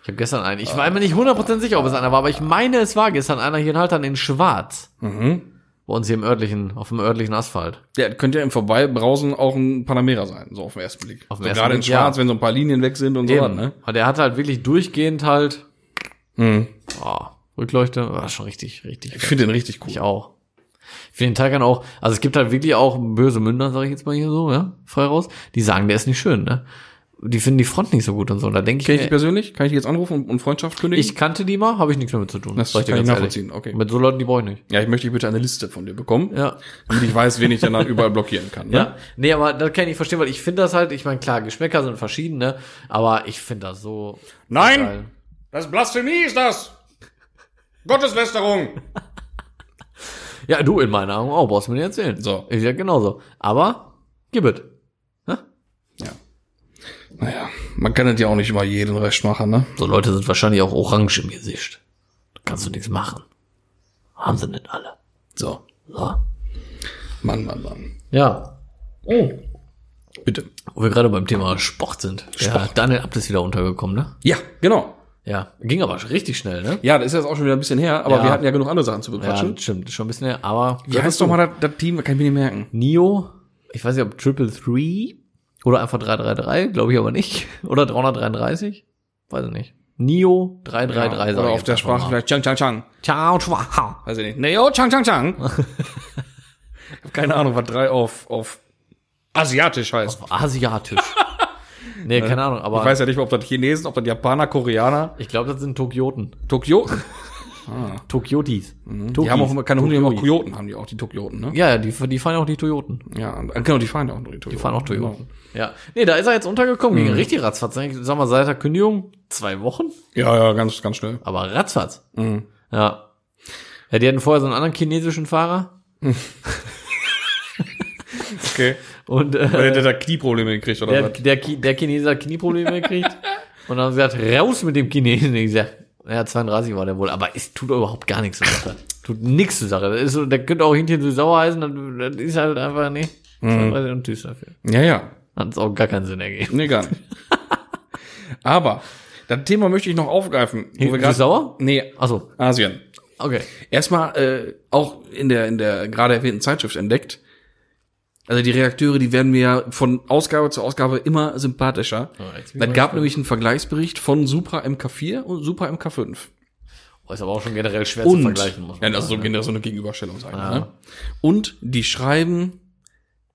S4: Ich habe gestern einen.
S1: Ah.
S4: Ich war mir nicht 100% sicher, ob es einer war, aber ich meine, es war gestern einer hier in Haltern in Schwarz.
S1: Mhm.
S4: Bei uns hier im örtlichen, auf dem örtlichen Asphalt.
S1: Der könnte ja im Vorbeibrausen auch ein Panamera sein, so auf den ersten Blick.
S4: Auf den
S1: so
S4: ersten
S1: gerade in
S4: Blick, ja.
S1: Schwarz, wenn so ein paar Linien weg sind und so was,
S4: Eben.
S1: ne?
S4: Und Der hatte halt wirklich durchgehend halt,
S1: Mhm.
S4: oh, Rückleuchte, war schon richtig, richtig.
S1: Ich finde den richtig cool.
S4: Ich auch. Für den Taycan auch, also es gibt halt wirklich auch böse Münder, sage ich jetzt mal hier so, ja, frei raus, die sagen, der ist nicht schön, ne? Die finden die Front nicht so gut und so. Und da denke
S1: Kenn ich
S4: ich,
S1: dich
S4: mir,
S1: persönlich? Kann ich dich jetzt anrufen und, und Freundschaft kündigen?
S4: ich kannte die mal, habe ich nichts mehr mit zu tun.
S1: Das
S4: sag dir
S1: kann ich
S4: ganz
S1: nachvollziehen, okay.
S4: Mit so Leuten, die brauche ich nicht.
S1: ja, ich möchte bitte eine Liste von dir bekommen,
S4: Ja.
S1: damit ich weiß, wen ich
S4: <laughs>
S1: dann, dann überall blockieren kann. Ne?
S4: Ja. Nee, aber das kann ich verstehen, weil ich finde das halt, ich meine, klar, Geschmäcker sind verschieden, ne? Aber ich finde das so.
S3: Nein!
S4: geil.
S3: Das Blasphemie ist das! Gotteslästerung!
S4: Ja, du in meinen Augen auch, brauchst du mir nicht erzählen.
S1: So.
S4: Ich sag genauso. Aber, gib it.
S1: Naja, man kann das ja auch nicht über jeden recht machen, ne?
S4: So Leute sind wahrscheinlich auch orange im Gesicht. Da kannst du nichts machen. Haben sie nicht alle.
S1: So.
S4: So.
S1: Mann, Mann, Mann.
S4: Ja.
S1: Bitte.
S4: Wo wir gerade beim Thema Sport sind. Ja, Daniel Abt ist wieder untergekommen, ne?
S1: Ja, genau.
S4: Ja. Ging aber schon richtig schnell, ne?
S1: Ja, das ist jetzt auch schon wieder ein bisschen her, aber
S4: Ja.
S1: wir hatten ja genug andere Sachen zu
S4: Ja,
S1: bequatschen.
S4: das stimmt. Ist schon ein bisschen, her, aber.
S1: Wie heißt doch mal das, das Team? Kann ich mir nicht merken.
S4: Nio. Ich weiß nicht, ob Triple Three oder einfach 333, glaube ich aber nicht. <laughs> Oder 333. Weiß ich nicht. Nio 333. sag
S1: Oder
S4: ich
S1: auf
S4: jetzt
S1: der
S4: einfach
S1: Sprache
S4: mal.
S1: vielleicht Chang Chang Chang.
S4: Ciao, ciao. <laughs>
S1: Weiß ich nicht. Neo Chang Chang Chang.
S3: Keine Ahnung, was drei auf, auf Asiatisch heißt.
S4: Asiatisch.
S3: <laughs>
S4: nee, keine Ahnung, aber
S3: Ich weiß ja nicht, ob das Chinesen, ob das Japaner, Koreaner,
S4: ich glaube, das sind Tokioten.
S3: Tokio.
S4: Tokiotis.
S3: Mhm. Die haben auch immer keine Hunde, die haben auch Kojoten, haben die auch, die Tokioten, ne?
S4: Ja, ja, die, die fahren ja auch die Toyoten.
S3: Ja, und- genau, die fahren ja genau. Mhm. auch nur die Toyoten.
S4: Die fahren auch Toyoten. Ja. Nee, da ist er jetzt untergekommen. Ging richtig ratzfatz. ne? Ich Sag mal, seit der Kündigung zwei Wochen,
S3: Ja, ja, ganz, ganz schnell.
S4: aber ratzfatz.
S1: Mhm.
S4: Ja. ja. Die hatten vorher so einen anderen chinesischen Fahrer
S3: Okay.
S4: und
S3: Weil
S4: äh,
S3: der da Knieprobleme gekriegt, oder
S4: der,
S3: was?
S4: der, Ki- der Chineser hat Knieprobleme gekriegt. und dann haben sie gesagt, raus mit dem Chinesen. Ich sag, ja, 32 war der wohl, aber es tut überhaupt gar nichts zur Sache. Tut nichts zur Sache. Das ist so, der könnte auch hinten so sauer heißen, dann, dann ist halt einfach, nee.
S1: Mhm.
S4: 32 und tschüss dafür.
S3: Ja, ja.
S4: Hat es auch gar keinen Sinn ergeben.
S3: Nee, gar
S4: <laughs>
S3: nicht. Aber, das Thema möchte ich noch aufgreifen. wo wir
S4: Hinten
S3: grad-
S4: sauer?
S3: Nee,
S4: Achso,
S3: Asien.
S4: okay.
S1: Erstmal äh, auch in der in der gerade erwähnten Zeitschrift entdeckt. Also die Redakteure, die werden mir ja von Ausgabe zu Ausgabe immer sympathischer.
S4: jetzt bin ich
S1: Dann
S4: mal
S1: gab nämlich einen Vergleichsbericht von Supra MK4 und Supra MK5.
S4: Oh, ist aber auch schon generell schwer
S1: Und
S4: zu vergleichen. Muss
S1: ja, das ist so, generell so eine Gegenüberstellung sein. Ne? Und die schreiben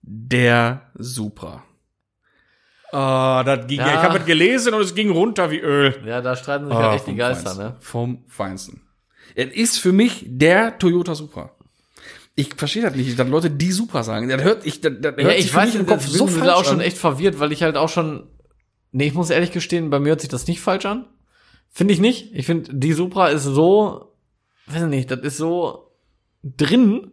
S1: der Supra.
S3: Ah, das ging,
S4: Ja.
S3: ich habe es gelesen und es ging runter wie Öl.
S4: Ja, da streiten sich
S1: Ah,
S4: ja echt die
S1: vom
S4: Geister,
S1: Feinsten.
S4: ne?
S1: Vom Feinsten. Es ist für mich der Toyota Supra. Ich verstehe das nicht, dass Leute die Supra sagen. Das hört, ich, das, das
S4: Ja,
S1: hört
S4: ich weiß,
S1: im
S4: im
S1: Kopf so falsch
S4: da auch schon
S1: an.
S4: echt verwirrt, weil ich halt auch schon, nee, ich muss ehrlich gestehen, bei mir hört sich das nicht falsch an. Finde ich nicht. Ich finde, die Supra ist so, weiß ich nicht, das ist so drin.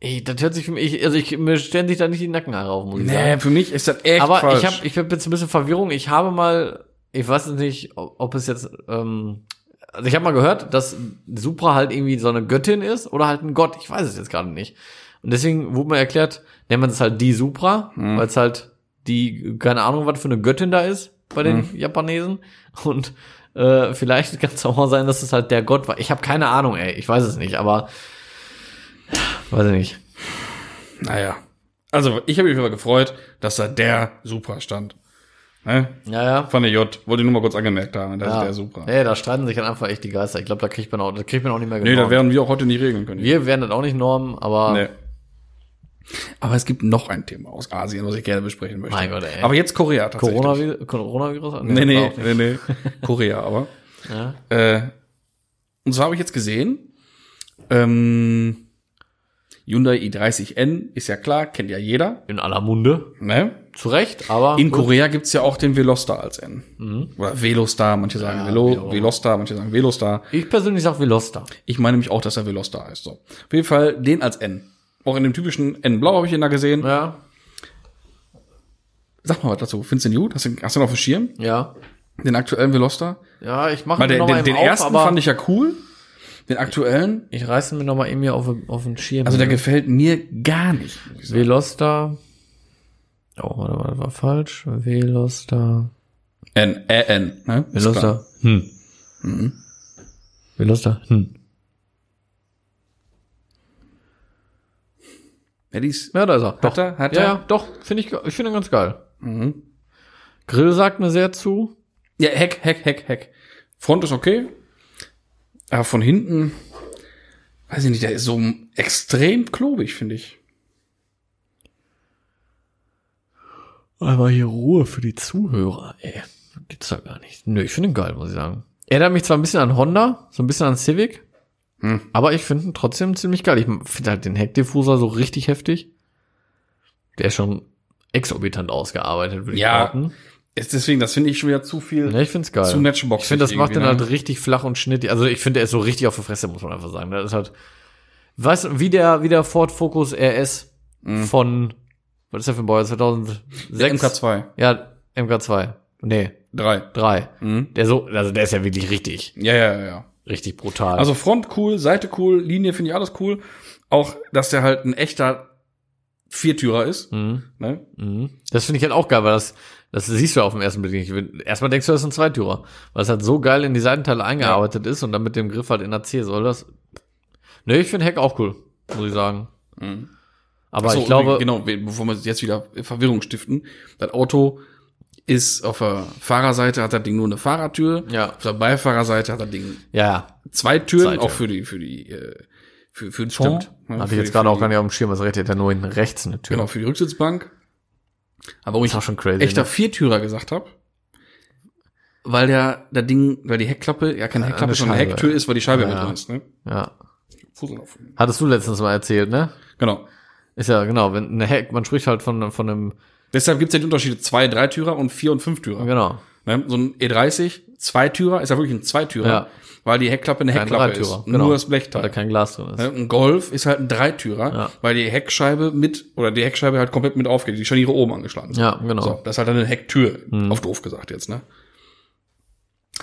S4: Ey, das hört sich für mich, ich- also ich, mir stellen sich da nicht die Nackenhaare auf, muss ich sagen.
S1: Nee, für mich ist das echt
S4: Aber
S1: falsch.
S4: ich habe ich hab jetzt ein bisschen Verwirrung. Ich habe mal, ich weiß jetzt nicht, ob, ob es jetzt, ähm, also ich habe mal gehört, dass Supra halt irgendwie so eine Göttin ist oder halt ein Gott. Ich weiß es jetzt gerade nicht. Und deswegen wurde mir erklärt, nennt man es halt die Supra,
S1: Mhm.
S4: weil es halt die, keine Ahnung, was für eine Göttin da ist bei
S1: Mhm.
S4: den Japanesen. Und äh, vielleicht <laughs> kann es auch mal sein, dass es halt der Gott war. Ich habe keine Ahnung, ey. Ich weiß es nicht, aber weiß ich nicht.
S1: naja.
S3: Also, ich habe mich aber gefreut, dass da der Supra stand. Ne?
S4: Ja, ja.
S3: Von der J. Wollte ich nur mal kurz angemerkt haben. Das
S4: Ja.
S3: ist der Supra.
S4: Nee, da streiten sich halt einfach echt die Geister. Ich glaube, da kriegt man auch, da kriegt man auch nicht mehr
S3: nee, da
S4: genormt.
S3: wären wir auch heute nicht regeln können.
S4: Wir werden das auch nicht normen, aber
S3: Nee.
S1: Aber es gibt noch ein Thema aus Asien, was ich gerne besprechen möchte.
S4: Mein Gott, ey.
S1: Aber jetzt Korea tatsächlich.
S4: Coronavirus, Coronavirus?
S1: Nee, nee,
S4: auch nicht.
S1: nee, nee. Korea, aber.
S4: <laughs> Ja.
S1: Äh, und zwar habe ich jetzt gesehen, ähm, Hyundai i30N ist ja klar, kennt ja jeder.
S4: In aller Munde.
S1: Ne?
S4: Zu Recht, aber
S1: In Korea gibt's ja auch den Veloster als N. Oder Velostar, manche sagen Velo,
S4: Mhm. Velo.
S1: Velostar, manche sagen Velostar.
S4: ich persönlich sag Veloster.
S1: Ich meine nämlich auch, dass er Veloster heißt. So. Auf jeden Fall den als N. Auch in dem typischen N-Blau habe ich ihn da gesehen.
S4: Ja.
S1: Sag mal was dazu. Findest du den gut? Hast du, hast du ihn auf dem Schirm?
S4: Ja.
S1: Den aktuellen Veloster?
S4: Ja, ich mache
S1: Weil
S4: mir
S1: den,
S4: noch mal
S1: den,
S4: eben
S1: den
S4: auf,
S1: ersten
S4: aber
S1: fand ich ja cool. Den aktuellen,
S4: ich reiße mir nochmal eben hier auf, auf den Schirm.
S1: also der gefällt mir gar nicht. muss ich sagen.
S4: Veloster. Oh, warte mal, das war falsch. Veloster.
S1: N, äh, N. Ne? Ist klar.
S4: Veloster. Hm.
S1: Mhm.
S4: Veloster. Hm.
S1: Ja, die ist,
S4: Ja, da ist er.
S1: Hat er? Hat
S4: ja,
S1: er?
S4: ja, doch. Finde ich, ich finde ihn ganz geil. Mhm. Grill sagt mir sehr zu.
S1: ja, Heck, Heck, Heck, Heck. Front ist okay. Aber von hinten, weiß ich nicht, der ist so extrem klobig, finde ich.
S4: Aber hier Ruhe für die Zuhörer, ey. Gibt's da gar nicht. Nö, ich finde ihn geil, muss ich sagen. Erinnert mich zwar ein bisschen an Honda, so ein bisschen an Civic, aber ich finde ihn trotzdem ziemlich geil. Ich finde halt den Heckdiffuser so richtig heftig. Der ist schon exorbitant ausgearbeitet, würde
S1: Ja.
S4: ich behaupten.
S1: Ist deswegen, das finde ich schon wieder zu viel.
S4: Ja, ich finde es geil.
S1: Zu matchboxig
S4: Ich finde, das macht den
S1: irgendwie, ne?
S4: halt richtig flach und schnittig. Also ich finde, der ist so richtig auf der Fresse, muss man einfach sagen. Das ist halt, weißt du, wie der, wie der Ford Focus RS
S1: Mhm.
S4: von, was ist der für ein Baujahr? 2006?
S1: Der MK2.
S4: Ja, MK2. Nee,
S1: 3.
S4: 3.
S1: Mhm.
S4: Der so, also der ist ja wirklich richtig,
S1: Ja, ja, ja.
S4: richtig brutal.
S1: Also Front cool, Seite cool, Linie finde ich alles cool. Auch, dass der halt ein echter Viertürer ist.
S4: Mhm.
S1: Ne?
S4: Mhm. Das finde ich halt auch geil, weil das, das siehst du ja auf den ersten Blick nicht. Wenn- Erstmal denkst du, das ist ein Zweitürer, weil es halt so geil in die Seitenteile eingearbeitet ist und dann mit dem Griff halt in der C-Säule. Das, nee, ich finde Heck auch cool, muss ich sagen. Aber
S1: Mhm. So,
S4: ich glaube,
S1: genau, wir- bevor wir jetzt wieder Verwirrung stiften, das Auto ist auf der Fahrerseite hat das Ding nur eine Fahrertür,
S4: Ja.
S1: auf der Beifahrerseite hat das Ding
S4: ja,
S1: zwei Türen,
S4: Zwei
S1: auch
S4: Türen.
S1: für die für die äh, Für, für den
S4: Fond?
S1: Stimmt.
S4: Hatte
S1: Für
S4: ich
S1: die-
S4: jetzt gerade
S1: für
S4: auch
S1: die-
S4: gar nicht auf dem Schirm, was redet der nur hinten rechts eine Tür.
S1: Genau, für die Rücksitzbank. Aber
S4: Ist auch schon crazy.
S1: echter
S4: ne?
S1: Viertürer gesagt habe, weil der, der Ding, weil die Heckklappe, ja keine
S4: Äh,
S1: Heckklappe,
S4: eine
S1: sondern eine
S4: Scheibe.
S1: Hecktür ist, weil die Scheibe
S4: Ja.
S1: mit drin ist, ne?
S4: Ja.
S1: Fussel auf.
S4: Hattest du letztens mal erzählt, ne?
S1: Genau.
S4: Ist ja genau, wenn eine Heck, man spricht halt von, von einem,
S1: Deshalb gibt's ja die Unterschiede zwei, Dreitürer und vier und Fünftürer.
S4: genau.
S1: Ne? So ein E30, Zweitürer, ist ja wirklich ein Zweitürer,
S4: Ja.
S1: weil die Heckklappe eine
S4: Kein
S1: Heckklappe
S4: Dreitürer,
S1: ist,
S4: genau.
S1: nur das
S4: Weil da
S1: Blechteil.
S4: kein Glas drin ist.
S1: Ne? Ein Golf ist halt ein Dreitürer,
S4: Ja.
S1: weil die Heckscheibe mit, oder die Heckscheibe halt komplett mit aufgeht, die Scharniere oben angeschlagen sind.
S4: Ja, genau. Mhm.
S1: So, das ist halt dann eine Hecktür, auf doof gesagt jetzt, ne?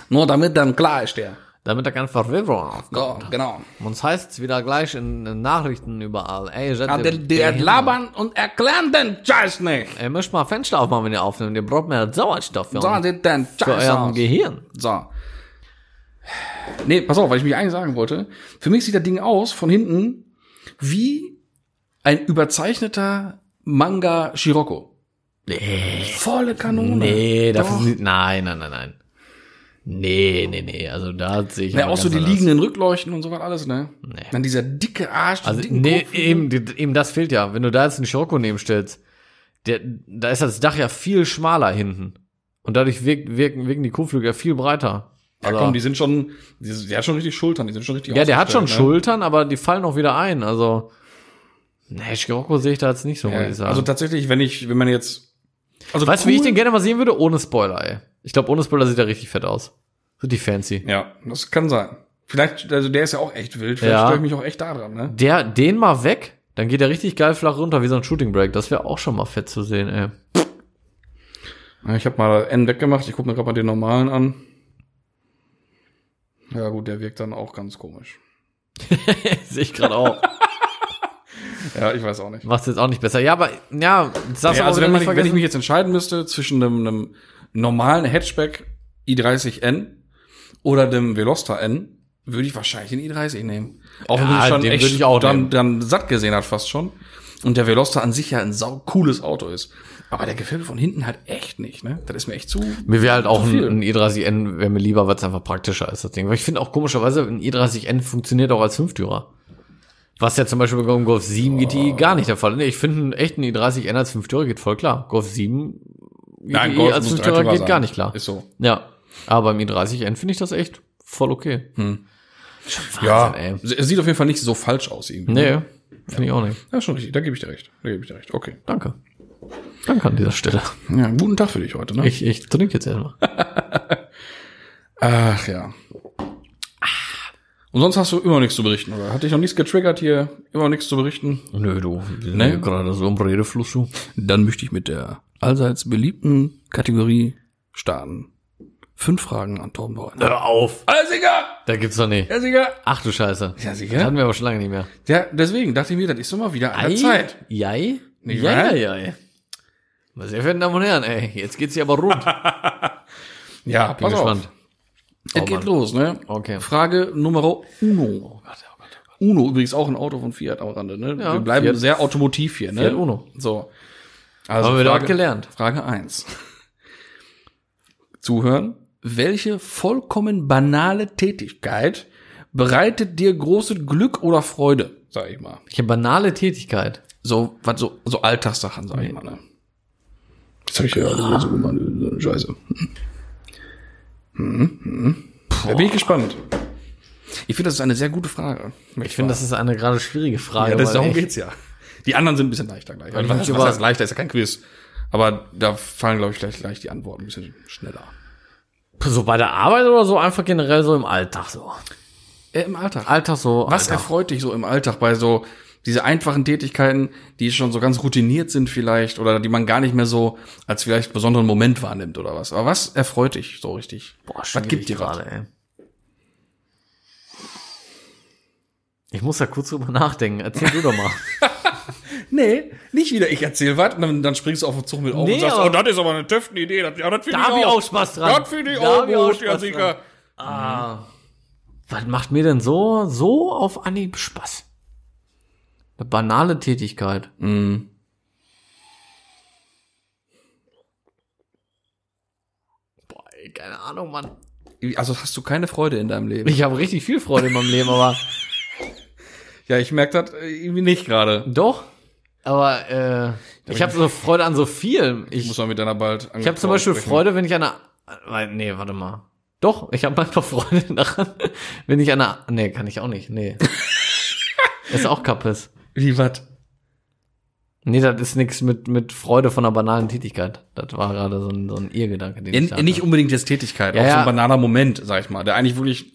S1: Nur damit dann klar ist der.
S4: Damit da kein Verwirrung aufkommt.
S1: So, genau.
S4: Uns heißt's wieder gleich in den Nachrichten überall. Ey, seid
S1: Ja,
S4: ihr
S1: der, der
S4: behindert?
S1: labern und erklären den Scheiß nicht.
S4: Ihr müsst mal Fenster aufmachen, wenn ihr aufnimmt. Ihr braucht mehr Sauerstoff für,
S1: So, sieht den
S4: für
S1: Scheiß
S4: euren
S1: aus.
S4: Gehirn.
S1: So. Nee, pass auf, weil ich mich eigentlich sagen wollte. Für mich sieht das Ding aus, von hinten, wie ein überzeichneter Manga Shiroko.
S4: Nee,
S1: Volle Kanone.
S4: nee, dafür
S1: Doch.
S4: sieht, nein, nein, nein, nein. Nee, nee, nee, also da sehe ich.
S1: Ja,
S4: aber
S1: auch so
S4: ganz
S1: die
S4: anders.
S1: liegenden Rückleuchten und so was alles, ne?
S4: Nee.
S1: Dann dieser dicke Arsch, die
S4: Also,
S1: dicken
S4: nee,
S1: Kurven.
S4: eben, die- eben das fehlt ja. Wenn du da jetzt einen Scirocco nebenstellst, der, da ist das Dach ja viel schmaler hinten. Und dadurch wirkt, wirken, wirken die Kuhflügel ja viel breiter.
S1: Ja,
S4: Also-
S1: komm, die sind schon, die, der hat schon richtig Schultern, die sind schon richtig
S4: Ja, der hat schon
S1: ausgestellt, ne?
S4: Schultern, aber die fallen auch wieder ein. Also, nee, Scirocco sehe ich da jetzt nicht so, muss ich
S1: Ja,
S4: sagen.
S1: also tatsächlich, wenn ich, wenn man jetzt, also
S4: weißt du, wie ich
S1: cool-
S4: den gerne mal sehen würde? Ohne Spoiler, ey. Ich glaube, ohne Spoiler sieht er richtig fett aus. So die fancy.
S1: Ja, das kann sein. Vielleicht, also der ist ja auch echt wild. Vielleicht
S4: Ja.
S1: störe ich mich auch echt da dran, ne?
S4: Der, den mal weg, dann geht er richtig geil flach runter, wie so ein Shooting Break. Das wäre auch schon mal fett zu sehen, ey. <laughs>
S1: Ja, Ich habe mal N weggemacht. Ich gucke mir gerade mal den normalen an. Ja gut, der wirkt dann auch ganz komisch.
S4: sehe ich gerade
S1: <laughs>
S4: auch.
S1: Ja, ich weiß auch nicht.
S4: Macht's jetzt auch nicht besser. Ja, aber, ja, das darfst
S1: Ja,
S4: du auch
S1: also
S4: wieder
S1: wenn, man,
S4: nicht
S1: wenn ich
S4: vergessen.
S1: mich jetzt entscheiden müsste zwischen einem, einem normalen Hatchback i30N oder dem Veloster N, würde ich wahrscheinlich den i30 nehmen. Auch wenn
S4: Ja,
S1: man den schon
S4: den
S1: echt
S4: würde ich auch
S1: dann,
S4: nehmen.
S1: dann satt gesehen hat fast schon. Und der Veloster an sich ja ein sau cooles Auto ist. Aber der gefällt mir von hinten halt echt nicht, ne? Das ist mir echt zu.
S4: Mir wäre halt auch
S1: Zu
S4: ein,
S1: viel.
S4: ein i30N wäre mir lieber, weil es einfach praktischer ist, das Ding. Weil ich finde auch komischerweise, ein E i30N funktioniert auch als Fünftürer. Was ja zum Beispiel beim Golf 7 GTI gar nicht der Fall ist. Nee, ich finde echt ein i30N als Fünftürer geht voll klar. Golf 7 GTI
S1: Golf
S4: als
S1: muss
S4: Fünftürer
S1: Dreitürer
S4: geht
S1: sein.
S4: gar nicht klar.
S1: Ist so.
S4: Ja. Aber E beim i30N finde ich das echt voll okay. Schon Wahnsinn,
S1: Ja,
S4: ey.
S1: es es sieht auf jeden Fall nicht so falsch aus irgendwie.
S4: Nee, finde ich auch nicht.
S1: Ja, schon richtig. Da gebe ich dir recht. Da gebe ich dir recht. Okay.
S4: Danke. Danke an dieser Stelle.
S1: Ja, guten Tag für dich heute, ne?
S4: Ich, ich trinke jetzt erstmal.
S1: Ach ja. Und sonst hast du immer nichts zu berichten, oder? Hat dich noch nichts getriggert hier? Immer nichts zu berichten?
S4: Nö, du. Nee. Gerade so im Redefluss, du.
S1: Dann möchte ich mit der allseits beliebten Kategorie starten. Fünf Fragen an Tom Breuer.
S4: Hör auf.
S1: Alles egal!
S4: Da gibt's doch nicht.
S1: Alles egal!
S4: Ach du Scheiße.
S1: Ja, sicher.
S4: Das hatten wir aber schon lange nicht mehr.
S1: Ja, deswegen dachte ich mir, das ist doch mal wieder an der Zeit.
S4: Jei?
S1: Nicht
S4: Jei,
S1: wahr?
S4: jei, jei. Meine sehr verehrten Damen und Herren, ey, jetzt geht's hier
S1: <laughs>
S4: aber rund.
S1: Ja,
S4: Bin
S1: pass
S4: gespannt.
S1: auf. Es
S4: Oh,
S1: geht
S4: Mann.
S1: los, ne?
S4: Okay. Oh
S1: Frage Numero uno. Uno übrigens auch ein Auto von Fiat am Rande, ne?
S4: Ja,
S1: wir bleiben
S4: Fiat-
S1: sehr automotiv hier, ne?
S4: Fiat Uno.
S1: So. Also
S4: Haben wir dort gelernt.
S1: Frage eins. Zuhören. Welche vollkommen banale Tätigkeit bereitet dir großes Glück oder Freude, sag ich mal?
S4: Ich habe banale Tätigkeit.
S1: So, was so, so Alltagssachen, sag ich mal, ne? Jetzt hab ich ja alle so gemacht, so eine Scheiße. Hm, hm. Da bin ich gespannt. Ich finde, das ist eine sehr gute Frage.
S4: Ich finde, das ist eine gerade schwierige Frage.
S1: Ja, das,
S4: weil
S1: darum
S4: ich-
S1: geht's ja. Die anderen sind ein bisschen leichter gleich.
S4: ich
S1: Also, was
S4: möchte
S1: was heißt
S4: über-
S1: leichter? Ist ja kein Quiz. Aber da fallen, glaube ich, gleich, gleich die Antworten ein bisschen schneller.
S4: So bei der Arbeit oder so, einfach generell so im Alltag so.
S1: Äh, Im Alltag.
S4: Alltag so.
S1: Was
S4: Alltag.
S1: erfreut dich so im Alltag bei so diese einfachen Tätigkeiten, die schon so ganz routiniert sind vielleicht oder die man gar nicht mehr so als vielleicht besonderen Moment wahrnimmt oder was? Aber was erfreut dich so richtig?
S4: Boah,
S1: was gibt dir was?
S4: gerade, ey. Ich muss da kurz drüber nachdenken. Erzähl
S1: <laughs>
S4: du doch mal.
S1: Nee, nicht wieder ich erzähl was und dann, dann springst du auf den Zug mit auf
S4: Nee,
S1: und sagst,
S4: aber-
S1: oh, das ist aber eine Töften-Idee. Das, ja, das finde
S4: Da hab ich auch Spaß dran.
S1: Das finde ich
S4: Da
S1: auch
S4: hab ich Genau. auch
S1: gut, ja
S4: Spaß
S1: sicher.
S4: dran. Ah, was macht mir denn so, so auf Anhieb Spaß? Eine banale Tätigkeit.
S1: Mhm.
S4: Boah, ey, keine Ahnung, Mann.
S1: oh, Also hast du keine Freude in deinem Leben.
S4: <laughs> Ich habe richtig viel Freude in meinem Leben, aber
S1: Ja, ich merke das äh, irgendwie nicht gerade.
S4: Doch. Aber äh, ich habe so Freude an so viel. Ich,
S1: Muss man mit deiner bald
S4: ich habe zum Beispiel Freude, wenn ich an einer. weil- Nee, warte mal. Doch, ich habe manchmal <laughs> Freude daran, wenn ich an einer. Nee, kann ich auch nicht. <laughs> Nee. ist auch Kappes.
S1: Wie was?
S4: Nee, das ist nichts mit, mit Freude von einer banalen Tätigkeit. Das war gerade so ein, so ein Irrgedanke, den
S1: Ja,
S4: ich da hatte.
S1: nicht um- unbedingt jetzt Tätigkeit,
S4: Ja,
S1: auch so
S4: ja.
S1: ein banaler Moment, sag ich mal, der eigentlich wirklich,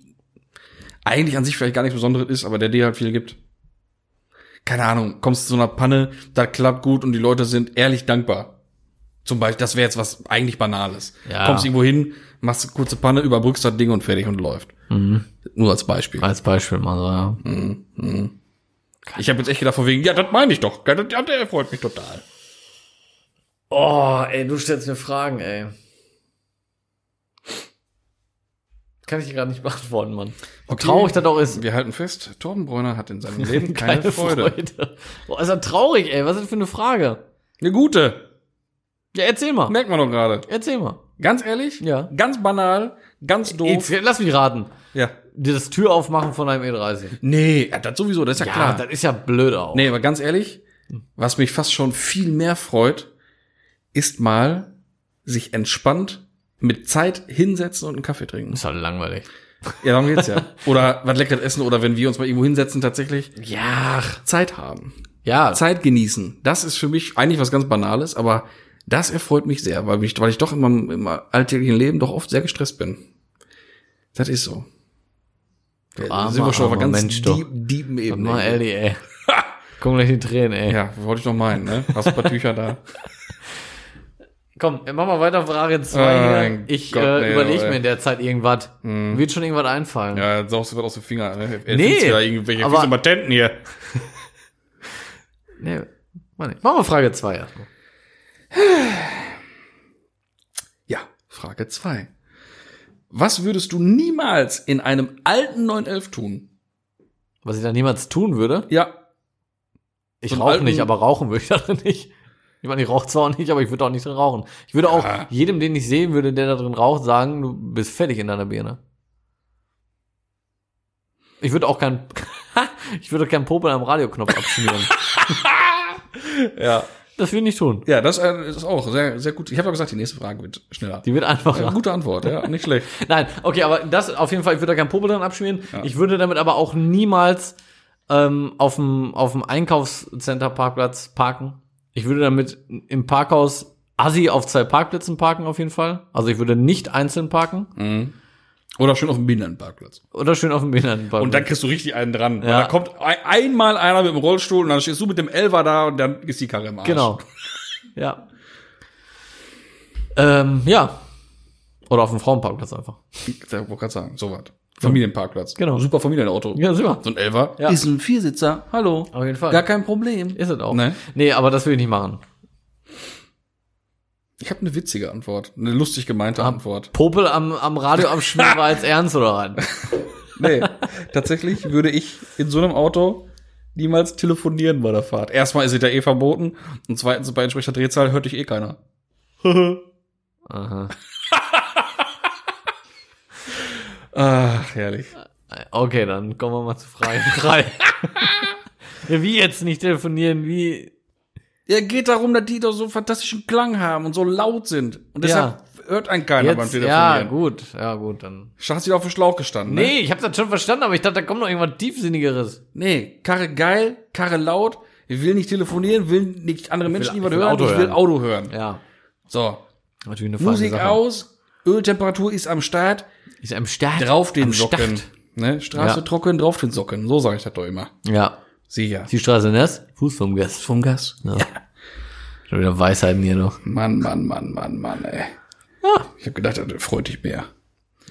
S1: eigentlich an sich vielleicht gar nichts Besonderes ist, aber der dir halt viel gibt. Keine Ahnung, kommst zu einer Panne, das klappt gut und die Leute sind ehrlich dankbar. Zum Beispiel, das wäre jetzt was eigentlich Banales.
S4: Ja.
S1: Kommst irgendwo hin, machst eine kurze Panne, überbrückst das Ding und fertig und läuft.
S4: Mhm.
S1: Nur als Beispiel.
S4: Als Beispiel mal so, ja.
S1: Ich habe jetzt echt gedacht von wegen, ja, das meine ich doch. Ja, das- ja, der freut mich total.
S4: Oh, ey, du stellst mir Fragen, ey. Kann ich dir gerade nicht <laughs> beantworten, Mann. Wie
S1: Okay.
S4: traurig das auch ist.
S1: Wir halten fest, Torbenbräuner hat in
S4: <laughs>
S1: seinem Leben keine, Freude.
S4: Boah, ist das traurig, ey. Was ist das für eine Frage?
S1: Eine gute,
S4: Ja, erzähl mal.
S1: merkt man doch gerade.
S4: Erzähl mal.
S1: Ganz ehrlich?
S4: Ja.
S1: Ganz banal, ganz doof.
S4: Jetzt, lass mich raten.
S1: ja.
S4: Dir das Tür aufmachen von einem E30.
S1: Nee, ja, das sowieso, das ist ja, klar.
S4: das ist ja blöd auch.
S1: nee, aber ganz ehrlich, was mich fast schon viel mehr freut, ist mal sich entspannt mit Zeit hinsetzen und einen Kaffee trinken.
S4: Ist halt langweilig.
S1: Ja, darum geht's ja. Oder was leckeres essen oder wenn wir uns mal irgendwo hinsetzen tatsächlich
S4: Ja.
S1: Zeit haben.
S4: Ja.
S1: Zeit genießen. Das ist für mich eigentlich was ganz Banales, aber das erfreut mich sehr, weil ich, weil ich doch in meinem, im alltäglichen Leben doch oft sehr gestresst bin. Das ist so. Da
S4: armer,
S1: sind wir schon auf einer
S4: armer
S1: ganz
S4: Mensch, du.
S1: dieb, dieben Ebene.
S4: Mal ehrlich, ey. Komm gleich die Tränen, ey.
S1: Ja, wollte ich noch meinen, ne? Hast ein paar Tücher
S4: <laughs>
S1: da.
S4: Komm, äh, mach mal weiter, Frage 2
S1: Ah,
S4: hier.
S1: mein
S4: Ich
S1: Gott,
S4: äh,
S1: nee,
S4: überlege
S1: aber,
S4: mir
S1: ey.
S4: in der Zeit irgendwas. Wird schon irgendwas einfallen.
S1: Ja, jetzt saugst du was aus dem Finger, ne? Er
S4: Nee,
S1: find's wieder irgendwelche
S4: aber-
S1: fiese Patenten hier.
S4: Nee, mach nicht. Machen wir Frage 2 erstmal.
S1: Ja, Frage zwei. Was würdest du niemals in einem alten 911 tun?
S4: Was ich dann niemals tun würde?
S1: Ja,
S4: Ich
S1: So einen
S4: rauche
S1: alten-
S4: nicht, aber rauchen würde ich darin nicht. Ich meine, ich rauche zwar auch nicht, aber ich würde auch nicht drin rauchen. Ich würde auch
S1: Ja.
S4: jedem, den ich sehen würde, der da drin raucht, sagen, du bist fertig in deiner Birne. Ich würde auch kein, <laughs> ich würde keinen Popel am Radioknopf <laughs> abschmieren.
S1: ja.
S4: das würde ich nicht tun.
S1: Ja, das äh, ist auch sehr, sehr gut. Ich habe ja gesagt, die nächste Frage wird schneller.
S4: Die wird einfacher.
S1: Ja, Äh, gute Antwort, ja, nicht
S4: <laughs>
S1: schlecht.
S4: Nein, okay, aber das auf jeden Fall, ich würde da kein Popel dran abschmieren. Ich würde damit aber auch niemals ähm, auf dem auf dem Einkaufscenter-Parkplatz parken. Ich würde damit im Parkhaus Assi auf zwei Parkplätzen parken auf jeden Fall. Also ich würde nicht einzeln parken
S1: Hm. Oder schön auf dem Behindertenparkplatz.
S4: oder schön auf dem
S1: Und dann
S4: Behindertenparkplatz.
S1: kriegst du richtig einen dran.
S4: Ja.
S1: Ja. Da kommt ein, einmal einer mit dem Rollstuhl und dann stehst du mit dem Elfer da und dann ist die Karre im Arsch.
S4: genau. <laughs> ja. Ähm, ja. Oder auf dem Frauenparkplatz einfach.
S1: Ich wollte gerade sagen, sowas. Familienparkplatz.
S4: Genau.
S1: Super Familienauto.
S4: Ja, super.
S1: So ein Elfer.
S4: Ja.
S1: Ist ein Viersitzer. Hallo.
S4: Auf jeden Fall.
S1: Gar kein Problem.
S4: Ist es auch.
S1: Nee.
S4: nee, aber das will ich nicht machen.
S1: Ich habe eine witzige Antwort. Eine lustig gemeinte Antwort.
S4: Popel am, am Radio am Schmier
S1: <laughs>
S4: war als ernst oder rein?
S1: Nee. Tatsächlich würde ich in so einem Auto niemals telefonieren bei der Fahrt. Erstmal ist es ja eh verboten. Und zweitens, bei entsprechender Drehzahl hört dich eh keiner.
S4: <laughs> Aha.
S1: <laughs> Ach, herrlich.
S4: Okay, dann kommen wir mal zu Frage <laughs> 3. ja, wie jetzt nicht telefonieren, wie.
S1: Ja, geht darum, dass die doch so fantastischen Klang haben und so laut sind. Und deshalb hört einen keiner beim
S4: Jetzt,
S1: Telefonieren.
S4: ja, gut, ja, gut, dann. ne?
S1: Schach hat sich auf den Schlauch gestanden, ne?
S4: Nee, ich habe das schon verstanden, aber ich dachte, da kommt noch irgendwas Tiefsinnigeres.
S1: Nee, Karre geil, Karre laut, ich will nicht telefonieren, will nicht andere Menschen
S4: will-
S1: irgendwas
S4: ich will
S1: hören,
S4: Auto
S1: ich will
S4: hören.
S1: Auto hören.
S4: Ja,
S1: So,
S4: natürlich eine
S1: Musik aus, Öltemperatur ist am Start,
S4: Ist am Start.
S1: drauf den
S4: am
S1: Socken.
S4: Start.
S1: Ne? Straße
S4: Ja.
S1: trocken, drauf den Socken. So sage ich das doch immer.
S4: Ja.
S1: Sicher.
S4: Die Straße nass? Fuß vom Gast.
S1: Vom Gas.
S4: Ja. Schon wieder Weisheiten hier noch.
S1: Mann, Mann, Mann, Mann, Mann, ey.
S4: Ja.
S1: Ich habe gedacht, das freut dich mehr.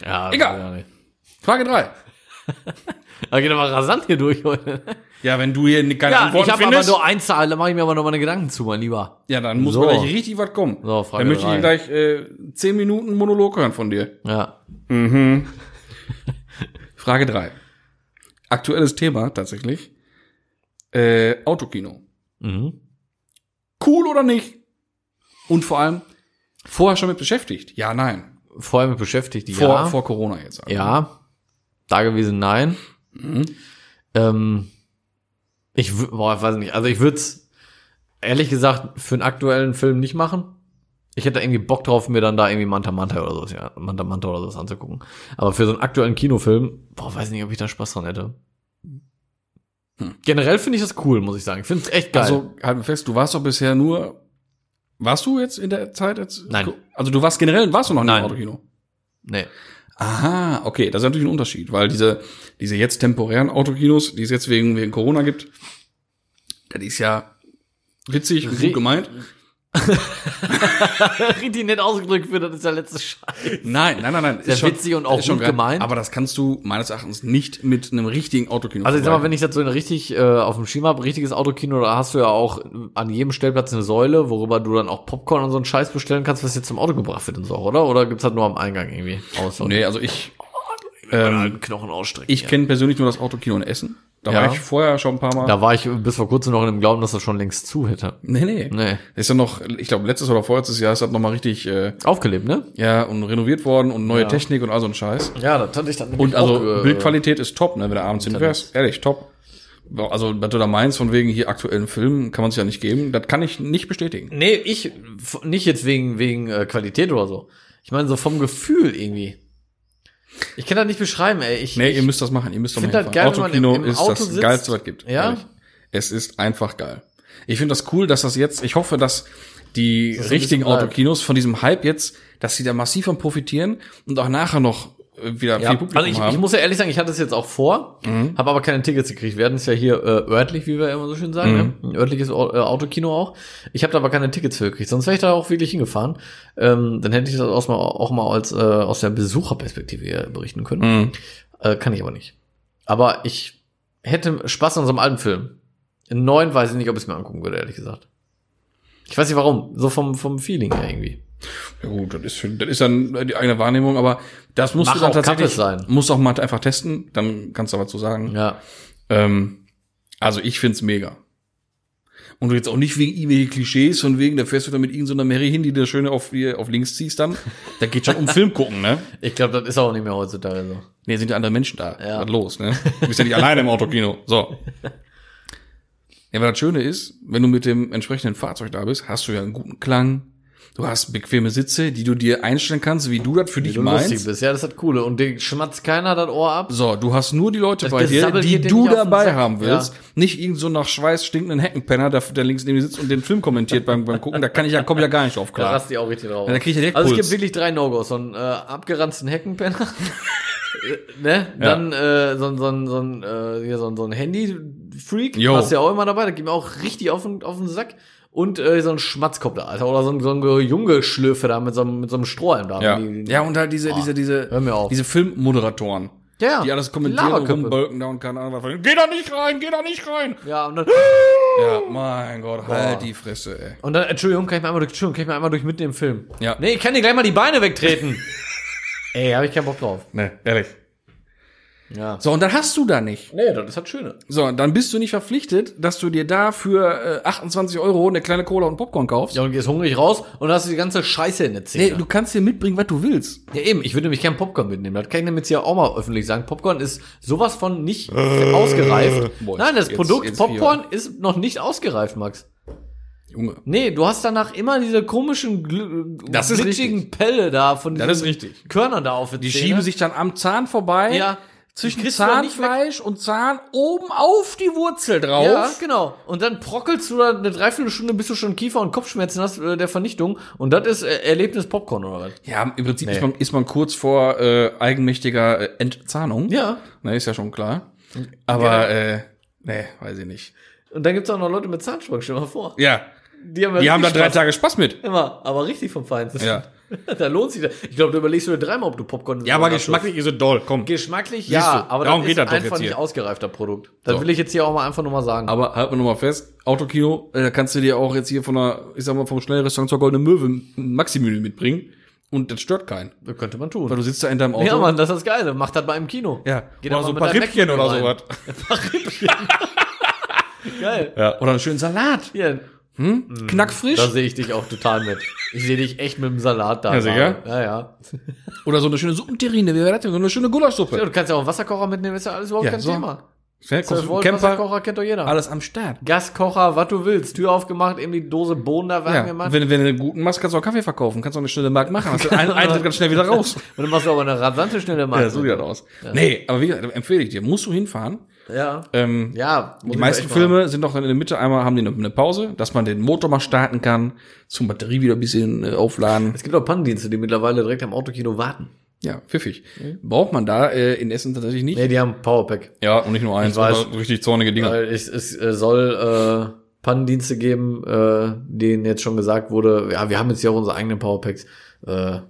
S4: Ja,
S1: Egal.
S4: ja nicht.
S1: Frage drei.
S4: Da geht aber rasant hier durch heute.
S1: Ja, wenn du hier keine
S4: Ja,
S1: Antworten
S4: ich habe aber
S1: findest.
S4: nur ein Zahl, da mache ich mir aber noch meine Gedanken zu, mein Lieber.
S1: Ja, dann muss
S4: So.
S1: gleich richtig was kommen.
S4: So, Frage
S1: dann möchte
S4: drei.
S1: ich gleich äh, 10 Minuten Monolog hören von dir.
S4: Ja.
S1: Frage drei. Aktuelles Thema tatsächlich. Äh, Autokino.
S4: Mhm.
S1: Cool oder nicht? Und vor allem, vorher schon mit beschäftigt? Ja, nein.
S4: Vor allem beschäftigt die
S1: Vor,
S4: ja.
S1: vor halt. Corona jetzt. also.
S4: Mhm. Ja. Da gewesen, nein. Ähm, Ich, wü- boah, ich weiß nicht. Also ich würde es ehrlich gesagt für einen aktuellen Film nicht machen. Ich hätte irgendwie Bock drauf, mir dann da irgendwie Manta Manta oder sowas, ja, Manta Manta oder sowas anzugucken. Aber für so einen aktuellen Kinofilm, boah, weiß nicht, ob ich da Spaß dran hätte. Hm. Generell finde ich das cool, muss ich sagen. Ich finde es echt geil.
S1: Also, halt mir fest, du warst doch bisher nur. Warst du jetzt in der Zeit jetzt?
S4: Nein.
S1: Also du warst generell, warst du noch nicht
S4: Nein.
S1: im Autokino?
S4: nee.
S1: Aha, okay, das ist natürlich ein Unterschied, weil diese, diese jetzt temporären Autokinos, die es jetzt wegen, wegen Corona gibt, das ist ja witzig und
S4: Re-
S1: gut gemeint.
S4: <laughs> Richtig nett ausgedrückt wird, das ist der letzte Scheiß.
S1: Nein, nein, nein, nein.
S4: Sehr witzig und auch
S1: ist
S4: gut
S1: geil,
S4: gemeint.
S1: Aber das kannst du meines Erachtens nicht mit einem richtigen Autokino
S4: Also ich sag mal, wenn
S1: vergleichen.
S4: ich das so ein richtig äh, auf dem Schirm habe, richtiges Autokino, da hast du ja auch an jedem Stellplatz eine Säule, worüber du dann auch Popcorn und so einen Scheiß bestellen kannst, was jetzt zum Auto gebracht wird und so, oder? Oder gibt's das nur am Eingang irgendwie? Außer
S1: Nee, also ich,
S4: Oh, ähm, Knochen ausstrecken.
S1: ich kenne persönlich nur das Autokino in Essen. Da
S4: Ja.
S1: war ich vorher schon ein paar Mal.
S4: Da war ich bis vor kurzem noch in dem Glauben, dass das schon längst zu hätte.
S1: nee, nee.
S4: Nee.
S1: Ist ja noch, ich glaube, letztes oder vorletztes Jahr ist das nochmal richtig, äh,
S4: Aufgelebt, ne?
S1: ja, und renoviert worden und neue Technik und all so ein Scheiß.
S4: Ja, das hatte ich dann
S1: Und also
S4: äh,
S1: Bildqualität ist top, ne, wenn du abends hin wärst. Ehrlich, top. Also, was du da meinst, von wegen hier aktuellen Filmen, kann man sich ja nicht geben. Das kann ich nicht bestätigen.
S4: Nee, ich f- nicht jetzt wegen wegen äh, Qualität oder so. Ich meine so vom Gefühl irgendwie. Ich kann das nicht beschreiben, ey. Ich,
S1: Nee,
S4: ich,
S1: ihr müsst das machen. Ihr müsst doch
S4: find
S1: mal
S4: das
S1: hinfahren.
S4: geil, wenn man
S1: Autokino
S4: im- im
S1: ist
S4: Auto
S1: das
S4: sitzt.
S1: Geilste, was es gibt.
S4: Ja?
S1: Ehrlich. Es ist einfach geil. Ich finde das cool, dass das jetzt, ich hoffe, dass die
S4: ein
S1: richtigen
S4: bisschen bleibt.
S1: Autokinos von diesem Hype jetzt, dass sie da massiv von profitieren und auch nachher noch äh, wieder
S4: ja,
S1: viel Publikum
S4: also ich,
S1: haben.
S4: ich muss ja ehrlich sagen, ich hatte es jetzt auch vor, habe aber keine Tickets gekriegt. Wir hatten es ja hier äh, örtlich, wie wir immer so schön sagen, ne? ein örtliches Au- äh, Autokino auch. Ich habe da aber keine Tickets für gekriegt, sonst wäre ich da auch wirklich hingefahren. Ähm, dann hätte ich das auch mal, auch mal als äh, aus der Besucherperspektive hier berichten können.
S1: Mhm.
S4: Äh, kann ich aber nicht. Aber ich hätte Spaß an so einem alten Film. In neuen weiß ich nicht, ob ich es mir angucken würde, ehrlich gesagt. Ich weiß nicht warum. So vom, vom Feeling her irgendwie.
S1: Ja gut, das ist, das ist dann die eigene Wahrnehmung, aber das musst
S4: Mach
S1: du dann
S4: auch
S1: tatsächlich,
S4: Kappe sein.
S1: musst auch mal einfach testen, dann kannst du was zu sagen.
S4: Ja.
S1: Ähm, also ich find's mega. Und jetzt auch nicht wegen irgendwelchen Klischees und wegen, da fährst du dann mit irgendeiner Mary hin, die da schön auf, die- auf links ziehst dann. Da geht schon um
S4: <laughs>
S1: Film gucken, ne?
S4: Ich glaube, das ist auch nicht mehr heutzutage so.
S1: Nee, sind ja andere Menschen da.
S4: Ja.
S1: Was los, ne? Du bist ja nicht alleine im Autokino.
S4: <laughs>
S1: So. Ja, aber das Schöne ist, wenn du mit dem entsprechenden Fahrzeug da bist, hast du ja einen guten Klang. Du hast bequeme Sitze, die du dir einstellen kannst, wie du das für dich
S4: Du lustig
S1: meinst.
S4: bist. Ja, das hat coole. Und dir schmatzt keiner das Ohr ab.
S1: So, du hast nur die Leute
S4: Das
S1: bei dir,
S4: Gesabbel
S1: die
S4: geht dir
S1: du
S4: nicht auf den
S1: dabei
S4: Sack.
S1: haben willst.
S4: Ja.
S1: Nicht irgend so nach Schweiß stinkenden Heckenpenner, der, der links neben dir sitzt und den Film kommentiert beim, beim Gucken. Da kann ich ja, komm ich ja gar nicht drauf
S4: Da
S1: klar.
S4: rast ich auch richtig drauf.
S1: Ja, da krieg ich ja direkt
S4: also es
S1: Puls.
S4: gibt wirklich drei No-Gos. So einen äh, abgeranzten Heckenpenner. <laughs> Äh, ne? Dann äh, so, ein- so, ein- so, ein, äh, hier so, ein- so ein Handy-Freak.
S1: Jo.
S4: Hast du ja auch immer dabei. Da geht mir auch richtig auf den, auf den Sack. Und äh, so ein Schmatzkoppler, Alter. Oder so ein, so ein Junge Schlürfe da mit so einem, mit so einem Strohhalm da.
S1: Ja.
S4: Die- die-
S1: ja, und halt diese, diese,
S4: Oh, hör mir
S1: diese,
S4: auf. Ah,
S1: diese Filmmoderatoren.
S4: Ja, ja.
S1: Die alles kommentieren und
S4: Laberköpfe.
S1: rumbölken da und keine Ahnung was.
S3: Geh da nicht rein, geh da nicht rein.
S4: Ja, und dann,
S1: Ja, mein Gott, halt die Fresse, ey.
S4: und dann, Entschuldigung, kann ich mir einmal durch, Entschuldigung, kann ich mir einmal durch mitten im Film.
S1: Ja.
S4: Nee, ich kann dir gleich mal die Beine
S1: <laughs>
S4: wegtreten. Ey, hab ich keinen Bock drauf.
S1: Ne, ehrlich.
S4: Ja.
S1: So, und dann hast du da nicht.
S4: Nee, das ist halt Schöne.
S1: So, und dann bist du nicht verpflichtet, dass du dir da für äh, 28 Euro eine kleine Cola und Popcorn kaufst.
S4: Ja, und gehst hungrig raus und hast die ganze Scheiße in der
S1: Nee,
S4: Zähne.
S1: du kannst dir mitbringen, was du willst.
S4: ja, eben, ich würde nämlich keinen Popcorn mitnehmen. Das kann ich nämlich jetzt hier auch mal öffentlich sagen. Popcorn ist sowas von nicht ausgereift.
S1: Äh, Boah,
S4: Nein, das
S1: jetzt-
S4: Produkt
S1: jetzt
S4: Popcorn ist noch nicht ausgereift, Max.
S1: Junge.
S4: Nee, du hast danach immer diese komischen gl-
S1: Das ist
S4: glitschigen Pelle da von
S1: Das
S4: diesen
S1: ist richtig.
S4: Körnern da auf
S1: Die schieben sich dann am Zahn vorbei.
S4: Ja. Die
S1: Zwischen
S4: kriegst du da nicht
S1: Zahnfleisch und Zahn oben auf die Wurzel drauf.
S4: Ja, genau. Und dann prockelst du da eine Dreiviertelstunde, bis du schon Kiefer- und Kopfschmerzen hast äh, der Vernichtung. Und das ist äh, Erlebnis Popcorn oder was?
S1: Ja, im Prinzip ist, man, ist man kurz vor äh, eigenmächtiger äh, Entzahnung.
S4: Ja.
S1: Ne, ist ja schon klar. Aber, äh, nee, weiß ich nicht.
S4: Und dann gibt's auch noch Leute mit Zahnsprung, stell dir mal vor.
S1: Ja,
S4: Die haben, ja
S1: die haben da
S4: richtig
S1: drei
S4: Spaß.
S1: Tage Spaß mit.
S4: Immer, aber richtig vom Feinsten.
S1: Ja.
S4: <laughs> da lohnt sich das. Ich glaube, du überlegst dir dreimal, ob du Popcorn
S3: Ja, aber geschmacklich ist es doll, komm.
S4: Geschmacklich,
S1: Siehst
S4: ja,
S1: du,
S4: aber
S1: darum
S4: das
S1: geht
S4: ist
S1: das doch
S4: einfach
S1: jetzt
S4: nicht
S1: hier.
S4: ausgereifter Produkt. Das
S1: So.
S4: will ich jetzt hier auch mal einfach nur mal sagen.
S1: Aber halt mir nochmal fest, Autokino, äh, da kannst du dir auch jetzt hier von der, ich sag mal, vom Schnellrestaurant zur Goldene Möwe ein Maximühle mitbringen und das stört keinen.
S4: das könnte man
S1: Weil
S4: tun.
S1: du sitzt da in deinem Auto.
S4: Ja, Mann, das ist das Geile. Macht das mal im Kino.
S1: Ja.
S4: Geht
S1: oder
S4: auch
S1: so ein
S4: mal
S1: paar
S4: mit der
S1: Rippchen oder
S4: Mecklenburg
S1: sowas.
S4: Geil.
S1: Ja. Oder einen schönen Salat.
S4: Hier,
S1: Hm? Knackfrisch.
S4: Mhm. Da sehe ich dich auch total mit. Ich sehe dich echt mit dem Salat da.
S1: Ja, sicher?
S4: Ja, ja.
S1: Oder so eine schöne Suppenterrine. Wie wäre das denn? So eine schöne
S4: ja.
S1: Gulaschsuppe.
S4: Du kannst ja auch einen Wasserkocher mitnehmen, ist ja alles überhaupt
S1: Ja,
S4: kein
S1: so.
S4: Thema. 12 Volt
S1: Camper,
S4: Wasserkocher kennt doch jeder.
S1: alles am Start.
S4: Gaskocher, was du willst. Tür aufgemacht, eben die Dose Bohnen da warm
S1: Ja,
S4: gemacht.
S1: wenn, wenn du einen guten machst, kannst du auch Kaffee verkaufen, kannst du auch eine schnelle Mark machen. Also Hast
S4: <laughs>
S1: du einen Eintritt ganz schnell wieder raus.
S4: Und dann machst du aber eine rasante schnelle Marke.
S1: Ja, so sieht das aus. Nee, aber wie gesagt, empfehle ich dir, musst du hinfahren.
S4: Ja.
S1: Ähm,
S4: Ja,
S1: Die
S4: muss ich
S1: meisten
S4: echt
S1: Filme sind doch dann in der Mitte einmal, haben die eine- eine Pause, dass man den Motor mal starten kann, zum Batterie wieder ein bisschen äh, aufladen.
S4: Es gibt auch Pannendienste, die mittlerweile direkt am Autokino warten.
S1: Ja, pfiffig. Braucht man da äh, in Essen tatsächlich nicht.
S4: Nee, die haben Powerpack.
S1: Ja, und nicht nur eins,
S4: Ich weiß.
S1: sondern richtig zornige Dinger.
S4: Weil es, es äh, soll äh, Pannendienste geben, äh, denen jetzt schon gesagt wurde, ja, wir haben jetzt hier auch unsere eigenen Powerpacks. Äh, ne,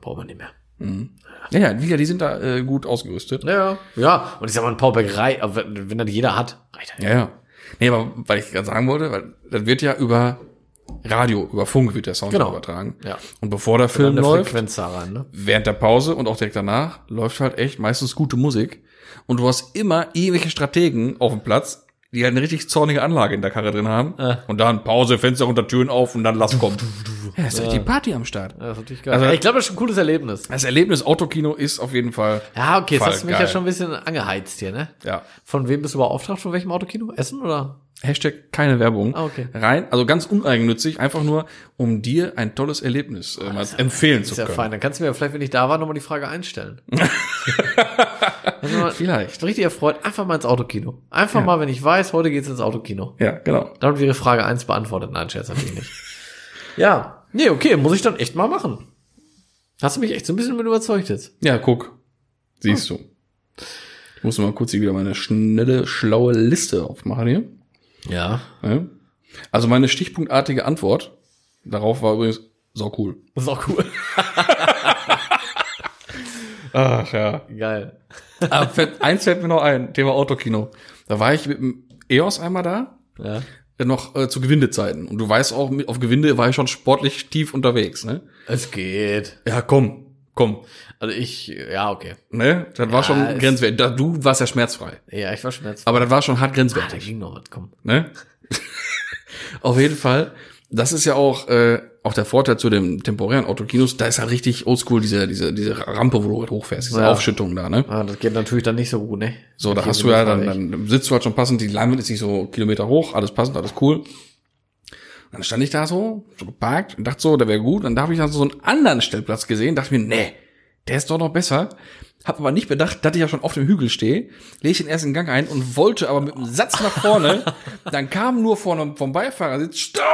S4: braucht man nicht mehr.
S1: Ja, ja, wieder, die sind da äh, gut ausgerüstet.
S4: Ja, ja. Und ich sag mal, ein Powerpack reicht, aber wenn, wenn das jeder hat, reicht halt. das.
S1: Ja, ja. Nee, aber weil ich gerade sagen wollte, weil das wird ja über Radio, über Funk wird der Sound
S4: Genau.
S1: übertragen.
S4: Ja.
S1: Und bevor der
S4: Dann
S1: Film
S4: eine
S1: läuft,
S4: Frequenz daran, ne?
S1: während der Pause und auch direkt danach läuft halt echt meistens gute Musik. Und du hast immer irgendwelche Strategen auf dem Platz, die halt eine richtig zornige Anlage in der Karre drin haben. Und dann Pause, Fenster runter, Türen auf und dann lass kommen. Ja, ist halt die Party am Start.
S4: Das ist natürlich geil.
S1: Also-
S4: Also, ich glaube, das ist ein cooles Erlebnis.
S1: Das Erlebnis Autokino ist auf jeden Fall,
S4: Ja, okay, jetzt
S1: Voll
S4: hast du mich
S1: geil.
S4: ja schon ein bisschen angeheizt hier, ne?
S1: ja.
S4: Von wem bist du beauftragt? Von welchem Autokino? Essen oder?
S1: Hashtag keine Werbung.
S4: Ah, okay.
S1: Rein, also ganz uneigennützig, einfach nur, um dir ein tolles Erlebnis äh, mal empfehlen zu
S4: Ist ja
S1: können.
S4: fein. Dann kannst du mir vielleicht, wenn ich da war, nochmal die Frage
S1: <laughs>
S4: einstellen. Wenn du mal-
S1: Vielleicht.
S4: Richtig erfreut, einfach mal ins Autokino. Einfach mal, wenn ich weiß, heute geht's ins Autokino.
S1: Ja, genau.
S4: Damit wäre Frage 1 beantwortet. Nein, Scherz
S1: <laughs>
S4: natürlich nicht. ja. Nee, okay, muss ich dann echt mal machen. Hast du mich echt so ein bisschen mit überzeugt jetzt.
S1: Ja, guck. Siehst
S4: Hm.
S1: du. Ich muss mal kurz hier wieder meine schnelle, schlaue Liste aufmachen hier.
S4: Ja.
S1: Ja. Also meine stichpunktartige Antwort darauf war übrigens sau cool.
S4: Das ist auch cool. <laughs>
S1: Ach ja.
S4: Geil.
S1: Aber Ah,
S4: <laughs>
S1: fällt- eins fällt mir noch ein, Thema Autokino. Da war ich mit dem EOS einmal da,
S4: Ja.
S1: äh, noch äh, zu Gewindezeiten. Und du weißt auch, mit, auf Gewinde war ich schon sportlich tief unterwegs, ne?
S4: Es geht.
S1: Ja, komm, komm.
S4: Also ich, ja, okay.
S1: Ne? Das war schon
S4: es-
S1: grenzwertig. Da, du warst ja schmerzfrei.
S4: Ja, ich war schmerzfrei.
S1: Aber das war schon hart
S4: Ah,
S1: grenzwertig.
S4: da ging noch was, komm.
S1: Ne? <laughs> Auf jeden Fall. Das ist ja auch, äh, auch der Vorteil zu dem temporären Autokinos. Da ist halt richtig oldschool diese, diese, diese Rampe, wo du halt hochfährst, diese
S4: Ja.
S1: Aufschüttung da, ne?
S4: Ah, das geht natürlich dann nicht so gut, ne?
S1: So, da
S4: Hier
S1: hast
S4: bin
S1: du
S4: ich
S1: ja dann,
S4: fahrweg.
S1: dann sitzt du halt schon passend, die Leinwand ist nicht so Kilometer hoch, alles passend, alles cool. Dann stand ich da so, so geparkt und dachte so, der wäre gut. Dann habe ich dann so einen anderen Stellplatz gesehen, dachte mir, nee, der ist doch noch besser. Hab aber nicht bedacht, dass ich ja schon auf dem Hügel stehe, lege ich den ersten Gang ein und wollte aber mit einem Satz nach
S4: <laughs>
S1: vorne. dann kam nur vorne vom Beifahrersitz, stopp!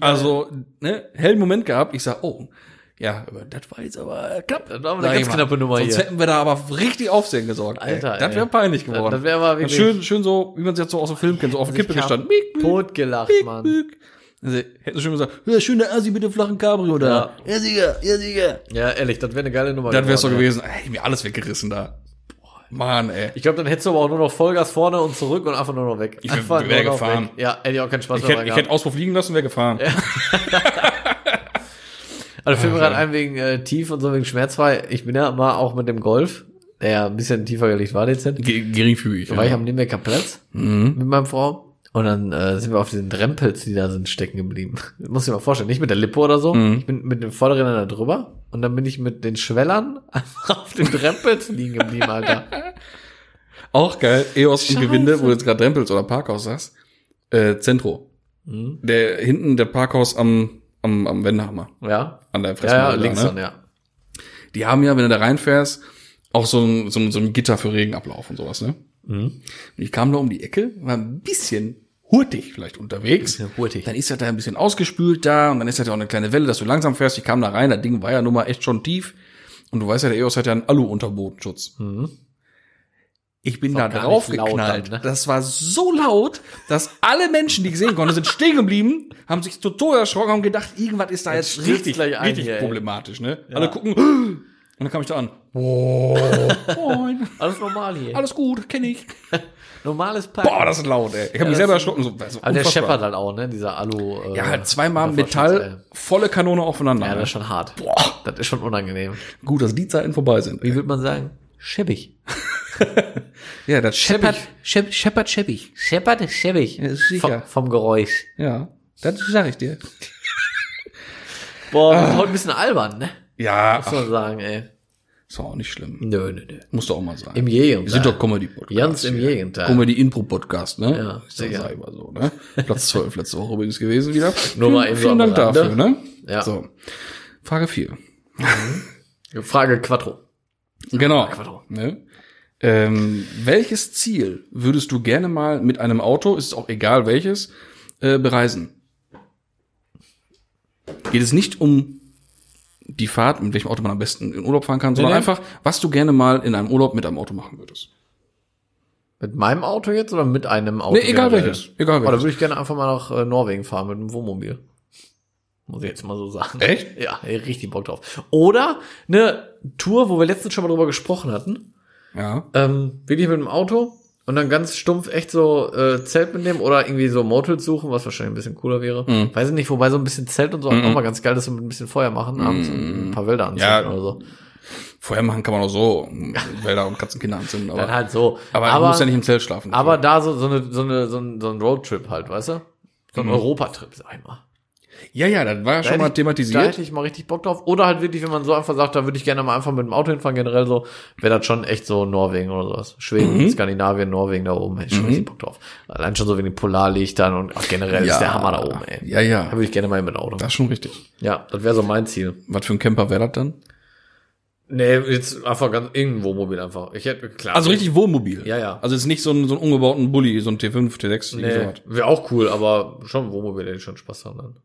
S1: Also, ne, hellen Moment gehabt. Ich sag, oh, ja, aber das war jetzt aber knapp.
S4: Das war aber eine
S1: Sag ich
S4: ganz
S1: mal.
S4: knappe Nummer
S1: Sonst
S4: hier.
S1: hätten wir da aber richtig Aufsehen gesorgt.
S4: Alter,
S1: ey. Das
S4: ey.
S1: wäre peinlich geworden.
S4: Das- das wär aber wirklich-
S1: schön, schön so, wie man es jetzt so aus dem Film kennt, so auf der Kippe
S4: Also Ich hab
S1: gestanden. Miek, miek,
S4: Tot gelacht,
S1: miek,
S4: Mann.
S1: miek. Also, hätten sie schon gesagt, ja, schöne Asi mit dem flachen Cabrio da. Ja, Sieger, ja, Sieger.
S4: Ja, ehrlich, das wäre eine geile Nummer.
S1: Das wär's doch
S4: geworden,
S1: gewesen. Ey, ich hab mir alles weggerissen da. Mann, ey.
S4: ja. Ich glaube, dann hättest du aber auch nur noch Vollgas vorne und zurück und einfach nur noch weg. Ich
S1: wär-
S4: einfach
S1: wär
S4: nur noch
S1: gefahren.
S4: weg. Ja, hätte ich auch keinen Spaß
S1: Ich hätte, ich hätte Auspuff liegen lassen, wäre gefahren.
S4: Also fällt mir gerade ein wegen äh, tief und so wegen schmerzfrei. Ich bin ja mal auch mit dem Golf, der ja ein bisschen tiefer gelegt war dezent.
S1: Ge- Geringfügig.
S4: Da war ich
S1: ja.
S4: am Nürnberger Platz
S1: Mhm.
S4: mit meinem Frau. Und dann äh, sind wir auf diesen Drempels, die da sind, stecken geblieben. <laughs> Das muss ich mal vorstellen. Nicht mit der Lippe oder so.
S1: Mhm.
S4: Ich bin mit dem Vorderrädern da drüber. Und dann bin ich mit den Schwellern <laughs> einfach auf den Drempels liegen geblieben, Alter.
S1: <laughs> Auch geil. EOS und Gewinde, wo du jetzt gerade Drempels oder Parkhaus sagst. Äh, Zentro.
S4: Mhm.
S1: Der, hinten der Parkhaus am, am, am Wendehammer.
S4: Ja.
S1: An der
S4: Ja, ja,
S1: da,
S4: links
S1: ne?
S4: dann, ja.
S1: Die haben ja, wenn du da reinfährst, auch so ein, so ein, so ein Gitter für Regenablauf und sowas, ne? Und ich kam da um die Ecke, war ein bisschen hurtig vielleicht unterwegs.
S4: Bisschen hurtig.
S1: Dann ist das da ein bisschen ausgespült da und dann ist das ja auch eine kleine Welle, dass du langsam fährst. Ich kam da rein, das Ding war ja nun mal echt schon tief. Und du weißt ja, der EOS hat ja einen Alu-Unterbodenschutz. Ich bin da
S4: auch Mhm. gar
S1: drauf
S4: nicht laut
S1: geknallt.
S4: dann, ne?
S1: Das war so laut, dass alle Menschen, die gesehen konnten, sind stehen geblieben, haben sich total erschrocken, haben gedacht, irgendwas ist da jetzt,
S4: stürzt
S1: richtig,
S4: gleich ein
S1: richtig
S4: hier, ey.
S1: problematisch, ne? Alle gucken, <gasps> und dann kam ich da an. Moin,
S4: Alles normal hier.
S1: alles gut, kenne ich.
S4: Normales Park.
S1: Boah, das ist laut, ey. Ich habe mich selber erschrocken. So, das ist
S4: Aber der
S1: unfassbar.
S4: scheppert halt auch, ne? Dieser Alu. Äh,
S1: Ja, halt zweimal
S4: Untervorschutz,
S1: Metall, volle Kanone aufeinander.
S4: ey. Ja,
S1: ne?
S4: das ist schon hart.
S1: Boah.
S4: Das ist schon unangenehm.
S1: Gut, dass die Zeiten vorbei sind.
S4: Wie würde man sagen? Schäbig.
S1: Ja, das scheppert, schepp- scheppert scheppig.
S4: Scheppert, schäbig.
S1: ist sicher.
S4: Vom, vom Geräusch.
S1: Ja, das sag ich dir.
S4: Boah, das ist heute ein bisschen albern, ne?
S1: Ja,
S4: Muss man sagen, ey.
S1: Ist doch auch nicht schlimm.
S4: Nö, nö, nö.
S1: Muss doch auch mal sein.
S4: Im
S1: Wir
S4: Gegenteil.
S1: sind doch Comedy-Podcast.
S4: Ganz im
S1: hier.
S4: Gegenteil.
S1: Comedy-Impro-Podcast, ne?
S4: Ja,
S1: ist das
S4: sicher.
S1: selber so, ne? Platz 12 letzte Woche übrigens gewesen <laughs> wieder.
S4: Nur
S1: vielen,
S4: mal eben so
S1: vielen
S4: am
S1: Dank
S4: Rande.
S1: dafür, ne?
S4: Ja.
S1: So. Frage 4.
S4: Frage Quattro.
S1: Genau.
S4: Quattro.
S1: Ne? Ähm, welches Ziel würdest du gerne mal mit einem Auto, ist auch egal welches, äh, bereisen? Geht es nicht um die Fahrt, mit welchem Auto man am besten in Urlaub fahren kann, sondern
S4: nee.
S1: einfach, was du gerne mal in einem Urlaub mit einem Auto machen würdest.
S4: Mit meinem Auto jetzt oder mit einem Auto?
S1: Nee, egal
S4: generell?
S1: welches, egal
S4: Oh, da
S1: welches.
S4: würde ich gerne einfach mal nach äh, Norwegen fahren mit einem Wohnmobil. Muss ich jetzt mal so sagen.
S1: Echt?
S4: <laughs> Ja, ey, richtig Bock drauf. Oder eine Tour, wo wir letztens schon mal drüber gesprochen hatten.
S1: Ja.
S4: Ähm, wirklich mit dem Auto und dann ganz stumpf echt so äh, Zelt mitnehmen oder irgendwie so Motels suchen, was wahrscheinlich ein bisschen cooler wäre.
S1: Mhm.
S4: Weiß ich nicht, wobei so ein bisschen Zelt und so auch mal ganz geil ist und mit ein bisschen Feuer machen abends und ein paar Wälder anziehen
S1: Mhm. Ja.
S4: oder so.
S1: Vorher machen kann man auch so um Wälder und Katzenkinder anzünden,
S4: <laughs> Dann
S1: aber,
S4: halt so.
S1: aber, du musst ja nicht im Zelt schlafen.
S4: Aber da so, so, eine, so, eine, so, ein, so ein Roadtrip halt, weißt du? So
S1: Mhm.
S4: ein Europatrip, sag ich mal.
S1: ja, ja, das war ja
S4: Da
S1: schon
S4: hätte
S1: mal
S4: ich- Da
S1: thematisiert.
S4: hätte ich mal richtig Bock drauf. Oder halt wirklich, wenn man so einfach sagt, da würde ich gerne mal einfach mit dem Auto hinfahren, generell so, wäre das schon echt so Norwegen oder sowas. Schweden,
S1: Mhm.
S4: Skandinavien, Norwegen da oben, hätte ich schon richtig Bock drauf. Allein schon so wegen den Polarlichtern und ach, generell
S1: Ja.
S4: ist der Hammer da oben, ey.
S1: Ja, ja.
S4: Da würde ich gerne mal mit dem Auto.
S1: Das ist schon richtig.
S4: ja, das wäre so mein Ziel.
S1: Was für ein Camper wäre das dann?
S4: Nee, jetzt einfach ganz irgendwo mobil einfach. Ich hätte, klar.
S1: Also richtig Wohnmobil.
S4: Ja, ja.
S1: Also jetzt nicht so ein, so ein umgebauten Bulli, so ein T5, T6, irgendwie
S4: Nee,
S1: sowas.
S4: wäre auch cool, aber schon Wohnmobil hätte ich schon Spaß dran. Dann.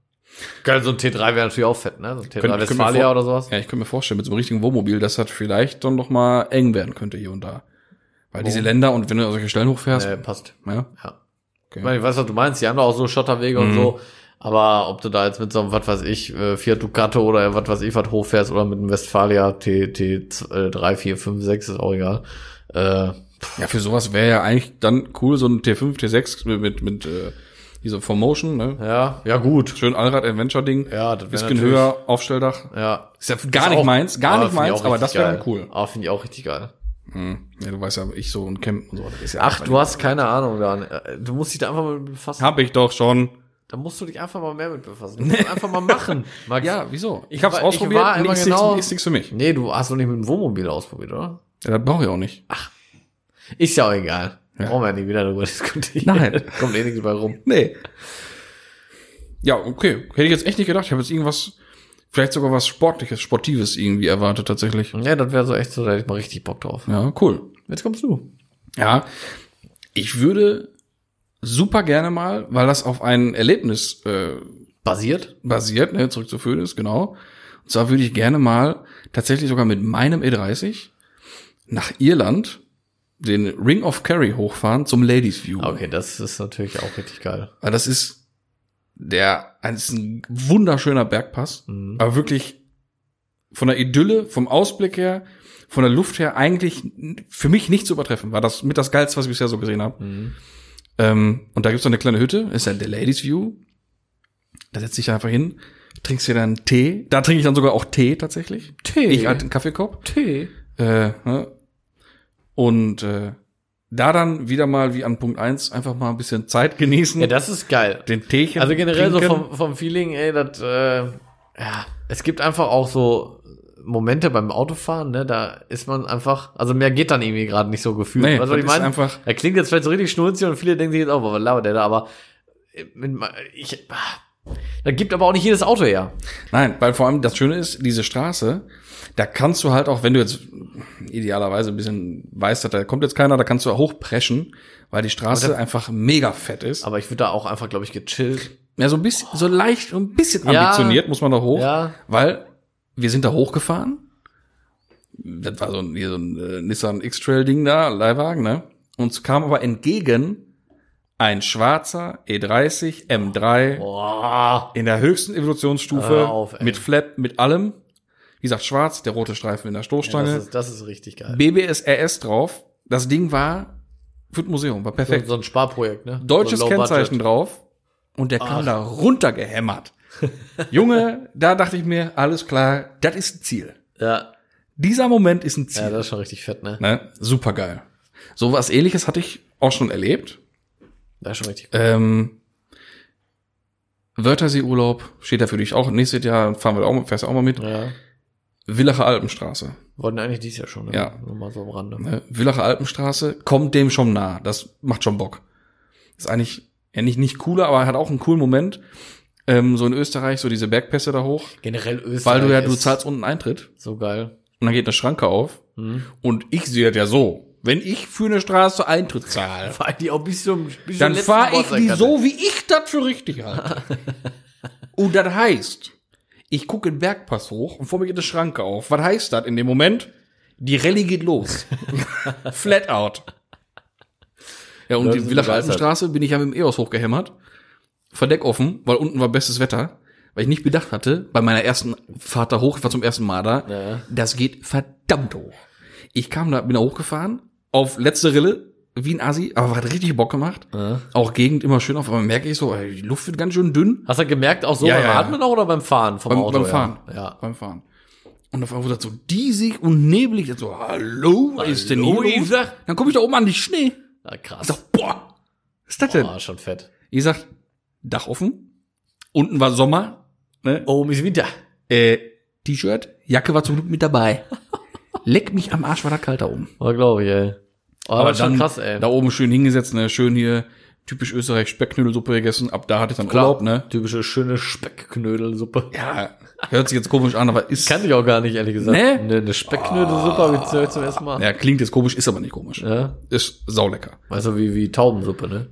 S4: Geil, so ein T3 wäre natürlich auch fett, ne? So ein T3
S1: Könnt- könnt mir
S4: Westfalia
S1: vor-
S4: oder sowas.
S1: Ja, ich könnte mir vorstellen, mit so einem richtigen Wohnmobil, dass das vielleicht dann noch mal eng werden könnte hier und da. Weil diese Länder und wenn du an solche Stellen hochfährst,
S4: Oh. Nee, Äh, passt.
S1: ja,
S4: Ja.
S1: Okay. Mhm.
S4: Ich, meine, ich weiß, was du meinst, die haben doch auch so Schotterwege und so. Aber ob du da jetzt mit so einem, was weiß ich, äh, Fiat Ducato oder was weiß ich, was hochfährst oder mit einem Westfalia T, äh, T3, 4, 5, 6, ist auch egal. Äh,
S1: ja, für sowas wäre ja eigentlich dann cool, so ein T5, T6 mit, mit, mit äh, dieser Formotion, ne?
S4: ja, ja gut.
S1: Schön Allrad-Adventure-Ding.
S4: Ja, das wär
S1: Bisschen
S4: natürlich-
S1: höher, Aufstelldach.
S4: Ja.
S1: Ist ja gar nicht
S4: auch-
S1: meins, gar
S4: aber
S1: nicht
S4: find ich
S1: meins,
S4: auch
S1: aber
S4: richtig
S1: das wäre
S4: geil.
S1: dann cool.
S4: Aber finde ich auch richtig geil.
S1: Hm. Ja, du weißt ja, ich so und Campen und so. Das ist ja
S4: Ach, du hast keine Ahnung, Dan. Äh, Du musst dich da einfach mal mit befassen.
S1: Hab ich doch schon.
S4: Da musst du dich einfach mal mehr mit
S1: <laughs>
S4: befassen. Du musst einfach mal machen. Max.
S1: Ja, wieso? Ich,
S4: Ich
S1: hab's
S4: war- ich
S1: ausprobiert,
S4: war
S1: nee,
S4: immer
S1: ist,
S4: genau-
S1: nichts, ist nichts für mich.
S4: Nee, du hast doch nicht mit dem Wohnmobil ausprobiert, oder?
S1: Ja, das brauche ich auch nicht.
S4: Ist ja auch egal.
S1: Ja.
S4: Brauchen wir ja nicht wieder darüber diskutieren.
S1: Nein.
S4: <laughs> Kommt eh nichts bei rum.
S1: Nee. Ja, okay. Hätte ich jetzt echt nicht gedacht. Ich habe jetzt irgendwas, vielleicht sogar was Sportliches, Sportives irgendwie erwartet tatsächlich.
S4: Ja, das wäre so echt so, da hätte ich mal richtig Bock drauf.
S1: Ja, cool.
S4: Jetzt kommst du.
S1: Ja, ich würde super gerne mal, weil das auf ein Erlebnis äh,
S4: Basiert?
S1: basiert, ne, zurückzuführen ist, genau. Und zwar würde ich gerne mal tatsächlich sogar mit meinem E30 nach Irland den Ring of Kerry hochfahren zum Ladies View.
S4: Okay, das ist natürlich auch richtig geil.
S1: Weil das ist der, das ist ein wunderschöner Bergpass, aber wirklich von der Idylle, vom Ausblick her, von der Luft her eigentlich n- für mich nicht zu übertreffen. War das mit das Geilste, was ich bisher so gesehen habe. Ähm, und da gibt's noch eine kleine Hütte, ist dann der Ladies View. Da setzt dich einfach hin, trinkst dir dann einen Tee. Da trinke ich dann sogar auch Tee tatsächlich.
S4: Tee.
S1: Ich halt einen Kaffeekorb.
S4: Tee.
S1: Äh, ne? Und äh, da dann wieder mal wie an Punkt eins einfach mal ein bisschen Zeit genießen
S4: Ja, das ist geil.
S1: den Teechen.
S4: Also generell so
S1: trinken.
S4: vom, vom Feeling, ey, das, äh, ja, es gibt einfach auch so Momente beim Autofahren, ne, da ist man einfach, also mehr geht dann irgendwie gerade nicht so gefühlt.
S1: Nee,
S4: weißt
S1: das
S4: du, was ich
S1: ist
S4: meine?
S1: einfach-
S4: Da klingt jetzt vielleicht so richtig schnulzig und viele denken sich jetzt auch, was labert der da, aber äh, mit, ma- ich, ah, da gibt aber auch nicht jedes Auto her.
S1: Nein, weil vor allem das Schöne ist, diese Straße, da kannst du halt auch, wenn du jetzt idealerweise ein bisschen weißt, dass da kommt jetzt keiner, da kannst du hochpreschen, weil die Straße einfach mega fett ist.
S4: Aber ich würde da auch einfach, glaube ich, gechillt.
S1: Ja, so ein bisschen, so leicht, so ein bisschen
S4: Ja.
S1: ambitioniert muss man da hoch,
S4: Ja.
S1: weil wir sind da hochgefahren. Das war so ein, hier so ein äh, Nissan X-Trail-Ding da, Leihwagen, ne? Uns kam aber entgegen ein schwarzer E E30 M3
S4: Boah.
S1: In der höchsten Evolutionsstufe,
S4: Hör auf, ey.
S1: mit Flap, mit allem. Wie gesagt, schwarz, der rote Streifen in der
S4: Das
S1: Stoßstange.
S4: ist, das ist richtig geil.
S1: BBS RS drauf. Das Ding war für das Museum, war
S4: So,
S1: perfekt.
S4: so ein Sparprojekt, ne?
S1: Deutsches
S4: so ein Low
S1: Kennzeichen
S4: Budget.
S1: drauf. Und der kam da
S4: <laughs>
S1: runtergehämmert. Junge, da dachte ich mir, alles klar, das ist ein Ziel.
S4: Ja.
S1: Dieser Moment ist ein
S4: ja,
S1: Ziel.
S4: das ist schon richtig fett, ne?
S1: ne? Super geil. So was ähnliches hatte ich auch schon erlebt.
S4: Das ist schon richtig
S1: Ähm, Wörthersee-Urlaub steht da für dich auch. Nächstes Jahr fahren wir da auch, mit- fährst du auch mal mit.
S4: Ja.
S1: Villacher Alpenstraße.
S4: Wollten eigentlich dies Jahr schon, ne?
S1: Ja.
S4: Nur mal so am Rande.
S1: Ne? Villacher Alpenstraße kommt dem schon nah. Das macht schon Bock. Ist eigentlich ja nicht, nicht cooler, aber hat auch einen coolen Moment. Ähm, so in Österreich, so diese Bergpässe da hoch.
S4: Generell Österreich.
S1: Weil du ja, du
S4: ist
S1: zahlst unten Eintritt
S4: So <laughs> geil.
S1: und dann geht eine Schranke auf.
S4: Mhm.
S1: Und ich sehe das ja so. Wenn ich für eine Straße Eintritt zahle,
S4: Fahr die auch bis zum, bis zum
S1: dann
S4: letzten
S1: fahre ich
S4: Geburtstag
S1: die
S4: an.
S1: so, wie ich das für richtig halte.
S4: <laughs>
S1: und das heißt, ich gucke den Bergpass hoch und vor mir geht eine Schranke auf. Was heißt das in dem Moment? Die Rallye geht los. Flat out. Ja, und
S4: Leute
S1: die
S4: sind
S1: Villacher
S4: begeistert.
S1: Alpenstraße bin ich ja mit dem EOS hochgehämmert. Verdeck offen, weil unten war bestes Wetter. Weil ich nicht bedacht hatte, bei meiner ersten Fahrt da hoch, ich war zum ersten Mal da,
S4: Ja.
S1: das geht verdammt hoch. Ich kam da, bin da hochgefahren, auf letzte Rille, wie ein Assi, aber hat richtig Bock gemacht.
S4: Ja.
S1: Auch Gegend immer schön auf, aber merke ich so, ey, die Luft wird ganz schön dünn.
S4: Hast du gemerkt, auch so
S1: Ja,
S4: beim
S1: ja, ja.
S4: Atmen auch oder beim Fahren vom
S1: Beim,
S4: Auto?
S1: beim
S4: ja?
S1: Fahren.
S4: Ja.
S1: Beim Fahren. Und auf einmal wurde das so diesig und nebelig. Ich so, hallo, was ist denn
S4: Hallo,
S1: hier
S4: ich
S1: los?
S4: sag-
S1: Dann komme ich da oben an die Schnee.
S4: ja Ah, krass.
S1: Ich sag, boah, was ist das denn?
S4: Oh, schon fett.
S1: Ich sag, Dach offen. Unten war Sommer. Ne?
S4: Oh, Miss Winter.
S1: Äh, T-Shirt, Jacke war zum Glück mit dabei. Leck mich am Arsch, war das kalt da oben.
S4: Oh, glaube ich, ey. Oh,
S1: Aber
S4: aber schon
S1: dann
S4: krass, ey.
S1: da oben schön hingesetzt, ne, schön hier typisch Österreich Speckknödelsuppe gegessen. Ab da hatte ich dann Urlaub, ne?
S4: Typische schöne Speckknödelsuppe. <laughs>
S1: Ja, hört sich jetzt komisch an, aber ist
S4: Kann ich auch gar nicht, ehrlich gesagt.
S1: Nee?
S4: Eine, eine Speckknödelsuppe habe ich zu- zum ersten Mal.
S1: ja, klingt jetzt komisch, ist aber nicht komisch.
S4: Ja.
S1: Ist saulecker.
S4: Also wie, wie Taubensuppe, ne?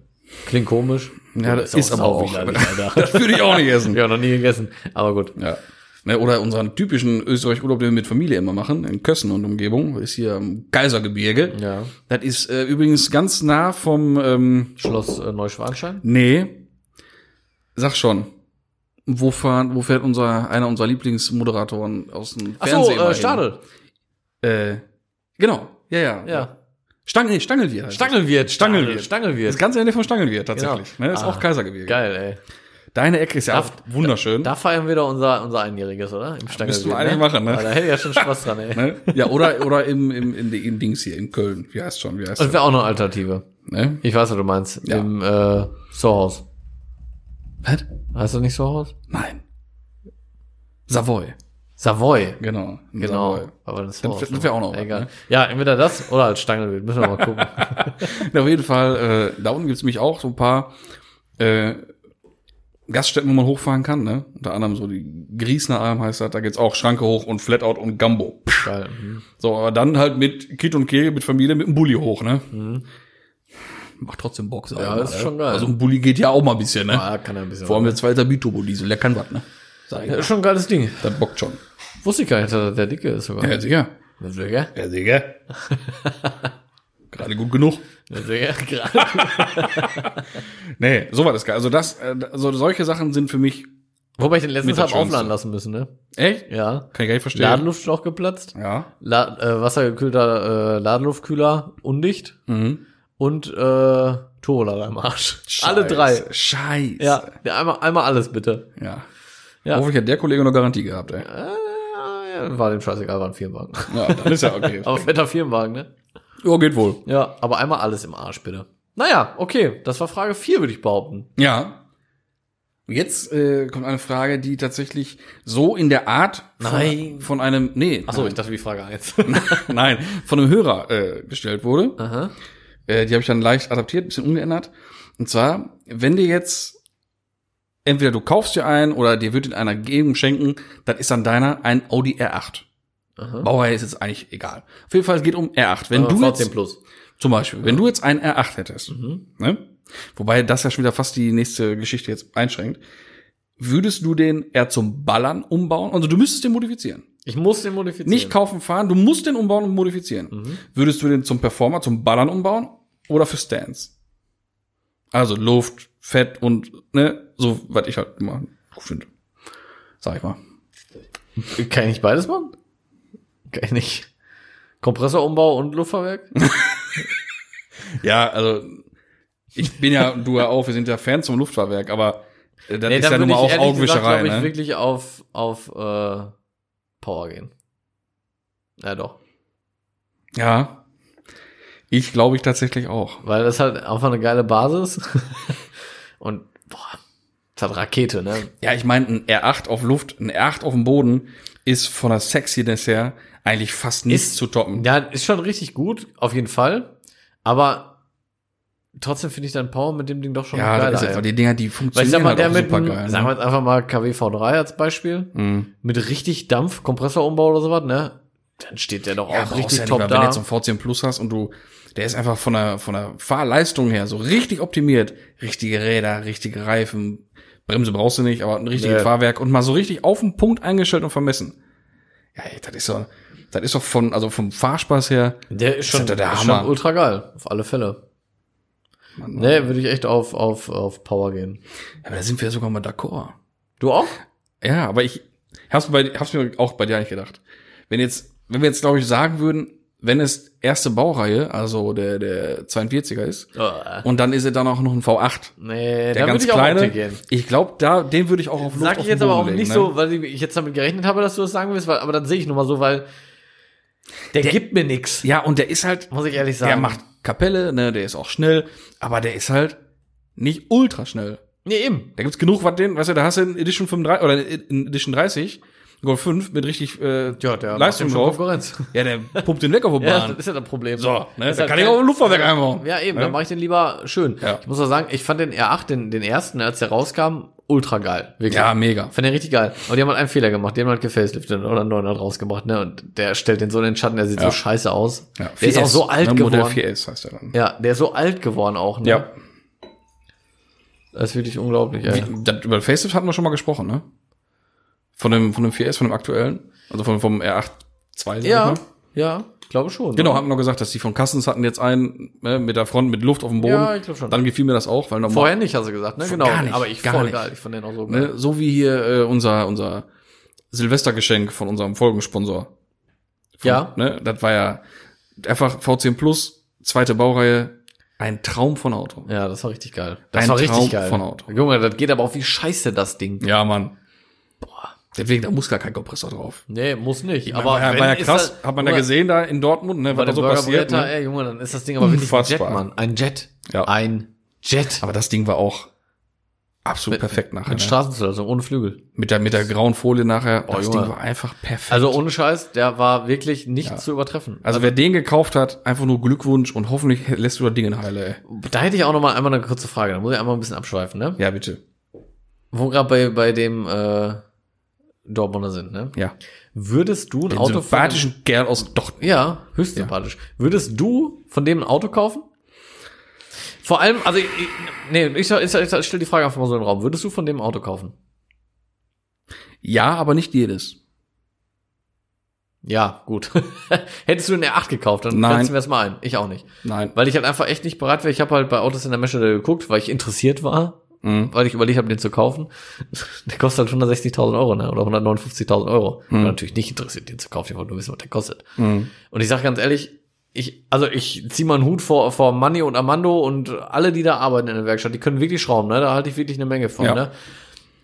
S4: Klingt komisch.
S1: Ja, das ist aber auch. <laughs>
S4: sauwiderlich, Alter.
S1: Das würde ich auch nicht essen.
S4: Ich hab noch nie gegessen. Aber gut.
S1: Ja. Ne, oder unseren typischen Österreich-Urlaub, den wir mit Familie immer machen, in Kössen und Umgebung, ist hier im Kaisergebirge.
S4: Ja.
S1: Das ist äh, übrigens ganz nah vom, ähm,
S4: Schloss äh, Neuschwanstein.
S1: nee, sag schon, wo, fahren, wo fährt unser, einer unserer Lieblingsmoderatoren aus dem
S4: Ach so,
S1: Fernsehen? immer
S4: äh,
S1: hin?
S4: Stadel.
S1: Äh, genau, ja, ja.
S4: Ja.
S1: Stangel, nee, Stangelwirt. heißt es.
S4: Stangelwirt.
S1: Stangelwirt.
S4: Stangelwirt.
S1: Das ganze Ende von Stangelwirt tatsächlich.
S4: Genau.
S1: Ne? Ist
S4: Ah,
S1: auch Kaisergebirge.
S4: Geil, ey.
S1: Deine Ecke ist ja
S4: Da-
S1: auch wunderschön.
S4: Da feiern wir doch unser, unser Einjähriges, oder? Im Stangelwirt.
S1: müssten wir eigentlich machen, ne?
S4: Aber Da hätte ich ja schon Spaß dran,
S1: <laughs>
S4: ey.
S1: ne? Ja, oder, oder im, im, in, in Dings hier, in Köln. Wie heißt schon? Wie heißt
S4: Das
S1: das?
S4: wäre auch noch eine Alternative.
S1: Ne?
S4: Ich weiß, was du meinst.
S1: Ja.
S4: Im äh, Sohaus.
S1: Was?
S4: Heißt das nicht Sohaus?
S1: Nein. Savoy.
S4: Savoy.
S1: Genau.
S4: Genau.
S1: Savoy.
S4: Aber das
S1: Dann-
S4: Sohaus
S1: das wär
S4: noch.
S1: auch noch was,
S4: Egal.
S1: ne?
S4: Ja, entweder das oder als Stangelwirt. Müssen wir mal gucken.
S1: <laughs> Na, auf jeden Fall, äh, da unten gibt's mich auch so ein paar äh, Gaststätten, wo man hochfahren kann. Ne? Unter anderem so die Griesner Alm heißt das. Da geht's auch Schranke hoch und Flatout und Gambo.
S4: Geil. Mhm.
S1: So, aber dann halt mit Kit und Kegel, mit Familie, mit dem Bulli hoch. ne? Macht trotzdem Bock. sag ich
S4: Ja,
S1: mal,
S4: ist
S1: ne?
S4: schon geil.
S1: Also ein Bulli geht ja auch mal ein bisschen. ne?
S4: Ah, kann er ein bisschen.
S1: Vor allem der zweite Biturbo-Diesel, der kann was. Ne? Sag ich
S4: Ja,
S1: mal.
S4: ist schon ein geiles Ding.
S1: Das bockt schon.
S4: Wusste ich gar nicht, dass er der Dicke ist sogar.
S1: Ja, sicher.
S4: Das ist ja-
S1: Ja, sicher. Gerade gut genug.
S4: das ist ja gerade.
S1: Nee, so war das geil. Also das, äh, also solche Sachen sind für mich
S4: <laughs> Wobei ich den letzten
S1: Mit das
S4: Tag
S1: Schönste.
S4: aufladen lassen müssen, ne?
S1: echt.
S4: Ja.
S1: Kann ich gar nicht verstehen.
S4: Ladenluftschlauch geplatzt.
S1: Ja.
S4: La äh, wassergekühlter äh, Ladenluftkühler undicht.
S1: Mhm.
S4: Und äh, Turbolader im Arsch. Alle drei.
S1: Scheiße.
S4: Ja, ja, einmal, einmal alles bitte.
S1: ja.
S4: Ja.
S1: Hoffentlich hat der Kollege noch Garantie gehabt, ey.
S4: Äh, ja, war dem scheißegal, war ein Firmenwagen. <laughs>
S1: Ja, dann ist ja okay.
S4: Aber fetter Firmenwagen, ne?
S1: ja, geht wohl.
S4: Ja, aber einmal alles im Arsch, bitte. Naja, okay, das war Frage 4, würde ich behaupten.
S1: Ja. Und Jetzt äh, kommt eine Frage, die tatsächlich so in der Art von,
S4: Nein.
S1: von einem, nee,
S4: Achso,
S1: <laughs>
S4: ich dachte wie Frage 1.
S1: nein, von einem Hörer äh, gestellt wurde.
S4: <laughs> Aha.
S1: Äh, die habe ich dann leicht adaptiert, ein bisschen umgeändert. Und zwar, wenn dir jetzt entweder du kaufst dir einen oder dir wird ihn einer geben, schenken, dann ist dann deiner ein Audi R8.
S4: Aha.
S1: Baureihe ist jetzt eigentlich egal. Auf jeden Fall, es geht um R8. Wenn
S4: Aber
S1: du
S4: V10
S1: jetzt,
S4: plus.
S1: zum Beispiel, wenn du jetzt einen R8 hättest,
S4: Mhm.
S1: ne? wobei das ja schon wieder fast die nächste Geschichte jetzt einschränkt, würdest du den R zum Ballern umbauen? Also du müsstest den modifizieren.
S4: Ich muss den modifizieren.
S1: Nicht kaufen, fahren, du musst den umbauen und modifizieren. Würdest du den zum Performer, zum Ballern umbauen oder für Stands? Also Luft, Fett und ne, so was ich halt immer gut finde. Sag ich mal.
S4: Kann ich nicht beides machen? Kann ich nicht. Kompressorumbau und Luftfahrwerk?
S1: Ja, also ich bin ja, du ja auch, wir sind ja Fans zum Luftfahrwerk, aber äh, das
S4: Nee,
S1: ist
S4: dann
S1: ja nun
S4: würde
S1: mal
S4: ich
S1: auch
S4: ehrlich gesagt,
S1: Augenwischerei.
S4: glaub ich
S1: Ne?
S4: wirklich auf, auf äh, Power gehen. Ja, doch.
S1: Ja. Ich glaube ich tatsächlich auch.
S4: <laughs> Weil das ist halt einfach eine geile Basis. Und boah, Das hat Rakete, ne?
S1: Ja, ich meine, ein R8 auf Luft, ein R8 auf dem Boden ist von der Sexiness her eigentlich fast nichts
S4: Ist-
S1: zu toppen.
S4: Ja, ist schon richtig gut, auf jeden Fall. Aber trotzdem finde ich dein Power mit dem Ding doch schon
S1: Ja, das ist
S4: ey.
S1: einfach die Dinger, die
S4: Weil ich
S1: funktionieren
S4: sag mal,
S1: halt
S4: der
S1: auch
S4: mit,
S1: super
S4: einem-
S1: geil. Mhm.
S4: sagen wir jetzt einfach mal KW V3 als Beispiel, mit richtig Dampf, Kompressorumbau oder sowas, ne? Dann steht der doch
S1: Ja,
S4: auch
S1: brauchst
S4: richtig
S1: ja nicht,
S4: top
S1: weil Wenn
S4: da.
S1: du jetzt einen V10 Plus hast und du, der ist einfach von der, von der Fahrleistung her so richtig optimiert. Richtige Räder, richtige Reifen. Bremse brauchst du nicht, aber ein richtiges
S4: Nee.
S1: Fahrwerk und mal so richtig auf den Punkt eingestellt und vermessen. Ja, ey, das ist doch, das ist doch von, also vom Fahrspaß her.
S4: Der ist schon,
S1: Das ist ja der
S4: ist schon
S1: Hammer.
S4: ultra geil, auf alle Fälle. Ne, würde ich echt auf, auf, auf Power gehen.
S1: Aber da sind wir sogar mal d'accord.
S4: Du auch?
S1: Ja, aber ich hab's, bei, hab's mir auch bei dir nicht gedacht. Wenn jetzt, wenn wir jetzt, glaube ich, sagen würden, wenn es erste Baureihe, also der, der 42er ist,
S4: Äh,
S1: und dann ist er dann auch noch ein V8. Der
S4: Nee, da würde
S1: ganz
S4: ich auch
S1: kleine.
S4: Optik gehen.
S1: Ich glaube, da den würde ich auch auf Luft
S4: Sag
S1: auf
S4: ich
S1: den
S4: jetzt aber
S1: Boden
S4: auch
S1: legen,
S4: nicht
S1: ne?
S4: so, weil ich jetzt damit gerechnet habe, dass du das sagen willst, weil, aber dann sehe ich nochmal so, weil der, gibt mir nix.
S1: Ja, und der ist halt,
S4: muss ich ehrlich sagen.
S1: der macht Kapelle, ne, der ist auch schnell, aber der ist halt nicht ultra schnell.
S4: Nee, eben.
S1: Da gibt's genug, was den, weißt du, da hast du in Edition 35 oder in Edition 30 Golf 5 mit richtig äh,
S4: Ja,
S1: Leistung
S4: der macht ihm schon
S1: drauf.
S4: Konkurrenz.
S1: Ja, der pumpt den weg auf der
S4: <laughs> Ja,
S1: Bahn.
S4: das ist ja das Problem.
S1: So, ne?
S4: Ist
S1: Da
S4: halt
S1: kann ich
S4: kein-
S1: auch ein Luftfahrwerk einbauen.
S4: Ja, eben,
S1: Ne?
S4: dann mache ich den lieber schön.
S1: Ja.
S4: Ich muss auch sagen, ich fand den R8, den, den ersten, als der rauskam, ultra geil. Wirklich.
S1: Ja, mega.
S4: Fand den richtig geil. Aber die haben halt einen Fehler gemacht. Die haben halt gefaceliftet oder einen 900 rausgemacht, ne? Und der stellt den so in den Schatten, der sieht so scheiße aus.
S1: Ja,
S4: der ist
S1: 4S,
S4: auch so alt
S1: ne?
S4: geworden.
S1: Modell 4S heißt er dann.
S4: Ja, der ist so alt geworden auch, ne?
S1: Ja.
S4: Das ist wirklich unglaublich, ey.
S1: Wie, das, über Facelift hatten wir schon mal gesprochen, ne? Von dem, von dem 4S, von dem aktuellen. Also von, vom R8 2. sag
S4: Ja,
S1: ich mal.
S4: ja, glaube schon.
S1: Mhm. Genau,
S4: oder?
S1: haben wir noch gesagt, dass die von Kassens hatten jetzt einen ne, mit der Front, mit Luft auf dem Boden.
S4: Ja, ich glaub schon.
S1: Dann gefiel mir das auch, weil normal,
S4: Vorher nicht, hast du gesagt, ne?
S1: Vor-
S4: Genau.
S1: gar nicht,
S4: aber ich
S1: gar
S4: voll
S1: nicht.
S4: geil. Ich fand den auch so geil.
S1: ne, so wie hier äh, unser, unser Silvestergeschenk von unserem Folgensponsor. Von,
S4: Ja.
S1: Ne, das war ja einfach V10 Plus, zweite Baureihe, ein Traum von Auto.
S4: Ja, das war richtig geil. Das
S1: Ein
S4: war richtig
S1: Traum
S4: geil.
S1: von Auto.
S4: Junge, das geht aber auch wie scheiße das Ding.
S1: Ja, Mann. Boah. Deswegen, da muss gar kein Kompressor drauf.
S4: Nee, muss nicht.
S1: Aber
S4: aber
S1: war ja,
S4: wenn,
S1: war ja
S4: ist
S1: krass,
S4: das-
S1: hat man ja
S4: Junge,
S1: gesehen da in Dortmund, ne,
S4: Bei
S1: was da
S4: dem
S1: so
S4: Burger
S1: passiert.
S4: Beretta,
S1: Ne?
S4: ey, Junge, dann ist das Ding aber wirklich ein Jet,
S1: Unfassbar.
S4: Mann. Ein Jet.
S1: Ja.
S4: Ein Jet.
S1: Aber das Ding war auch absolut perfekt nachher.
S4: Mit
S1: ne?
S4: Straßenzulassung, ohne Flügel.
S1: mit der, mit der grauen Folie nachher.
S4: Oh,
S1: das
S4: Junge.
S1: Ding war einfach perfekt.
S4: Also ohne Scheiß, der war wirklich nicht zu übertreffen.
S1: Also wer den gekauft hat, einfach nur Glückwunsch und hoffentlich lässt du das Ding in Heile, ey.
S4: Da hätte ich auch noch mal einmal eine kurze Frage. Da muss ich einmal ein bisschen abschweifen, ne?
S1: Ja, bitte.
S4: Wo gerade bei, bei dem äh, Dortmunder sind, ne?
S1: Ja.
S4: Würdest du ein
S1: Den
S4: Auto von dem,
S1: sympathischen Kerl aus Dortmund.
S4: Ja, höchst sympathisch. Würdest du von dem ein Auto kaufen? Vor allem, also ich, ich- nee, ich, ich, ich, ich stelle die Frage einfach mal so in den Raum. Würdest du von dem ein Auto kaufen?
S1: Ja, aber nicht jedes.
S4: Ja, gut. <laughs> Hättest du einen R8 gekauft, dann
S1: Nein.
S4: grenzen wir es mal ein. Ich auch nicht.
S1: Nein.
S4: Weil ich halt einfach echt nicht bereit wäre. Ich habe halt bei Autos in der Meschede geguckt, weil ich interessiert war,
S1: Mhm.
S4: weil ich überlegt habe, den zu kaufen. <laughs> Der kostet halt 160.000 Euro, ne? Oder 159.000 Euro. Ich war natürlich nicht interessiert, den zu kaufen. Ich wollte nur wissen, was der kostet.
S1: Mhm.
S4: Und ich sage ganz ehrlich, ich, also ich ziehe mal einen Hut vor, vor Manni und Amando und alle, die da arbeiten in der Werkstatt, die können wirklich schrauben, ne? Da halte ich wirklich eine Menge von,
S1: Ja.
S4: ne?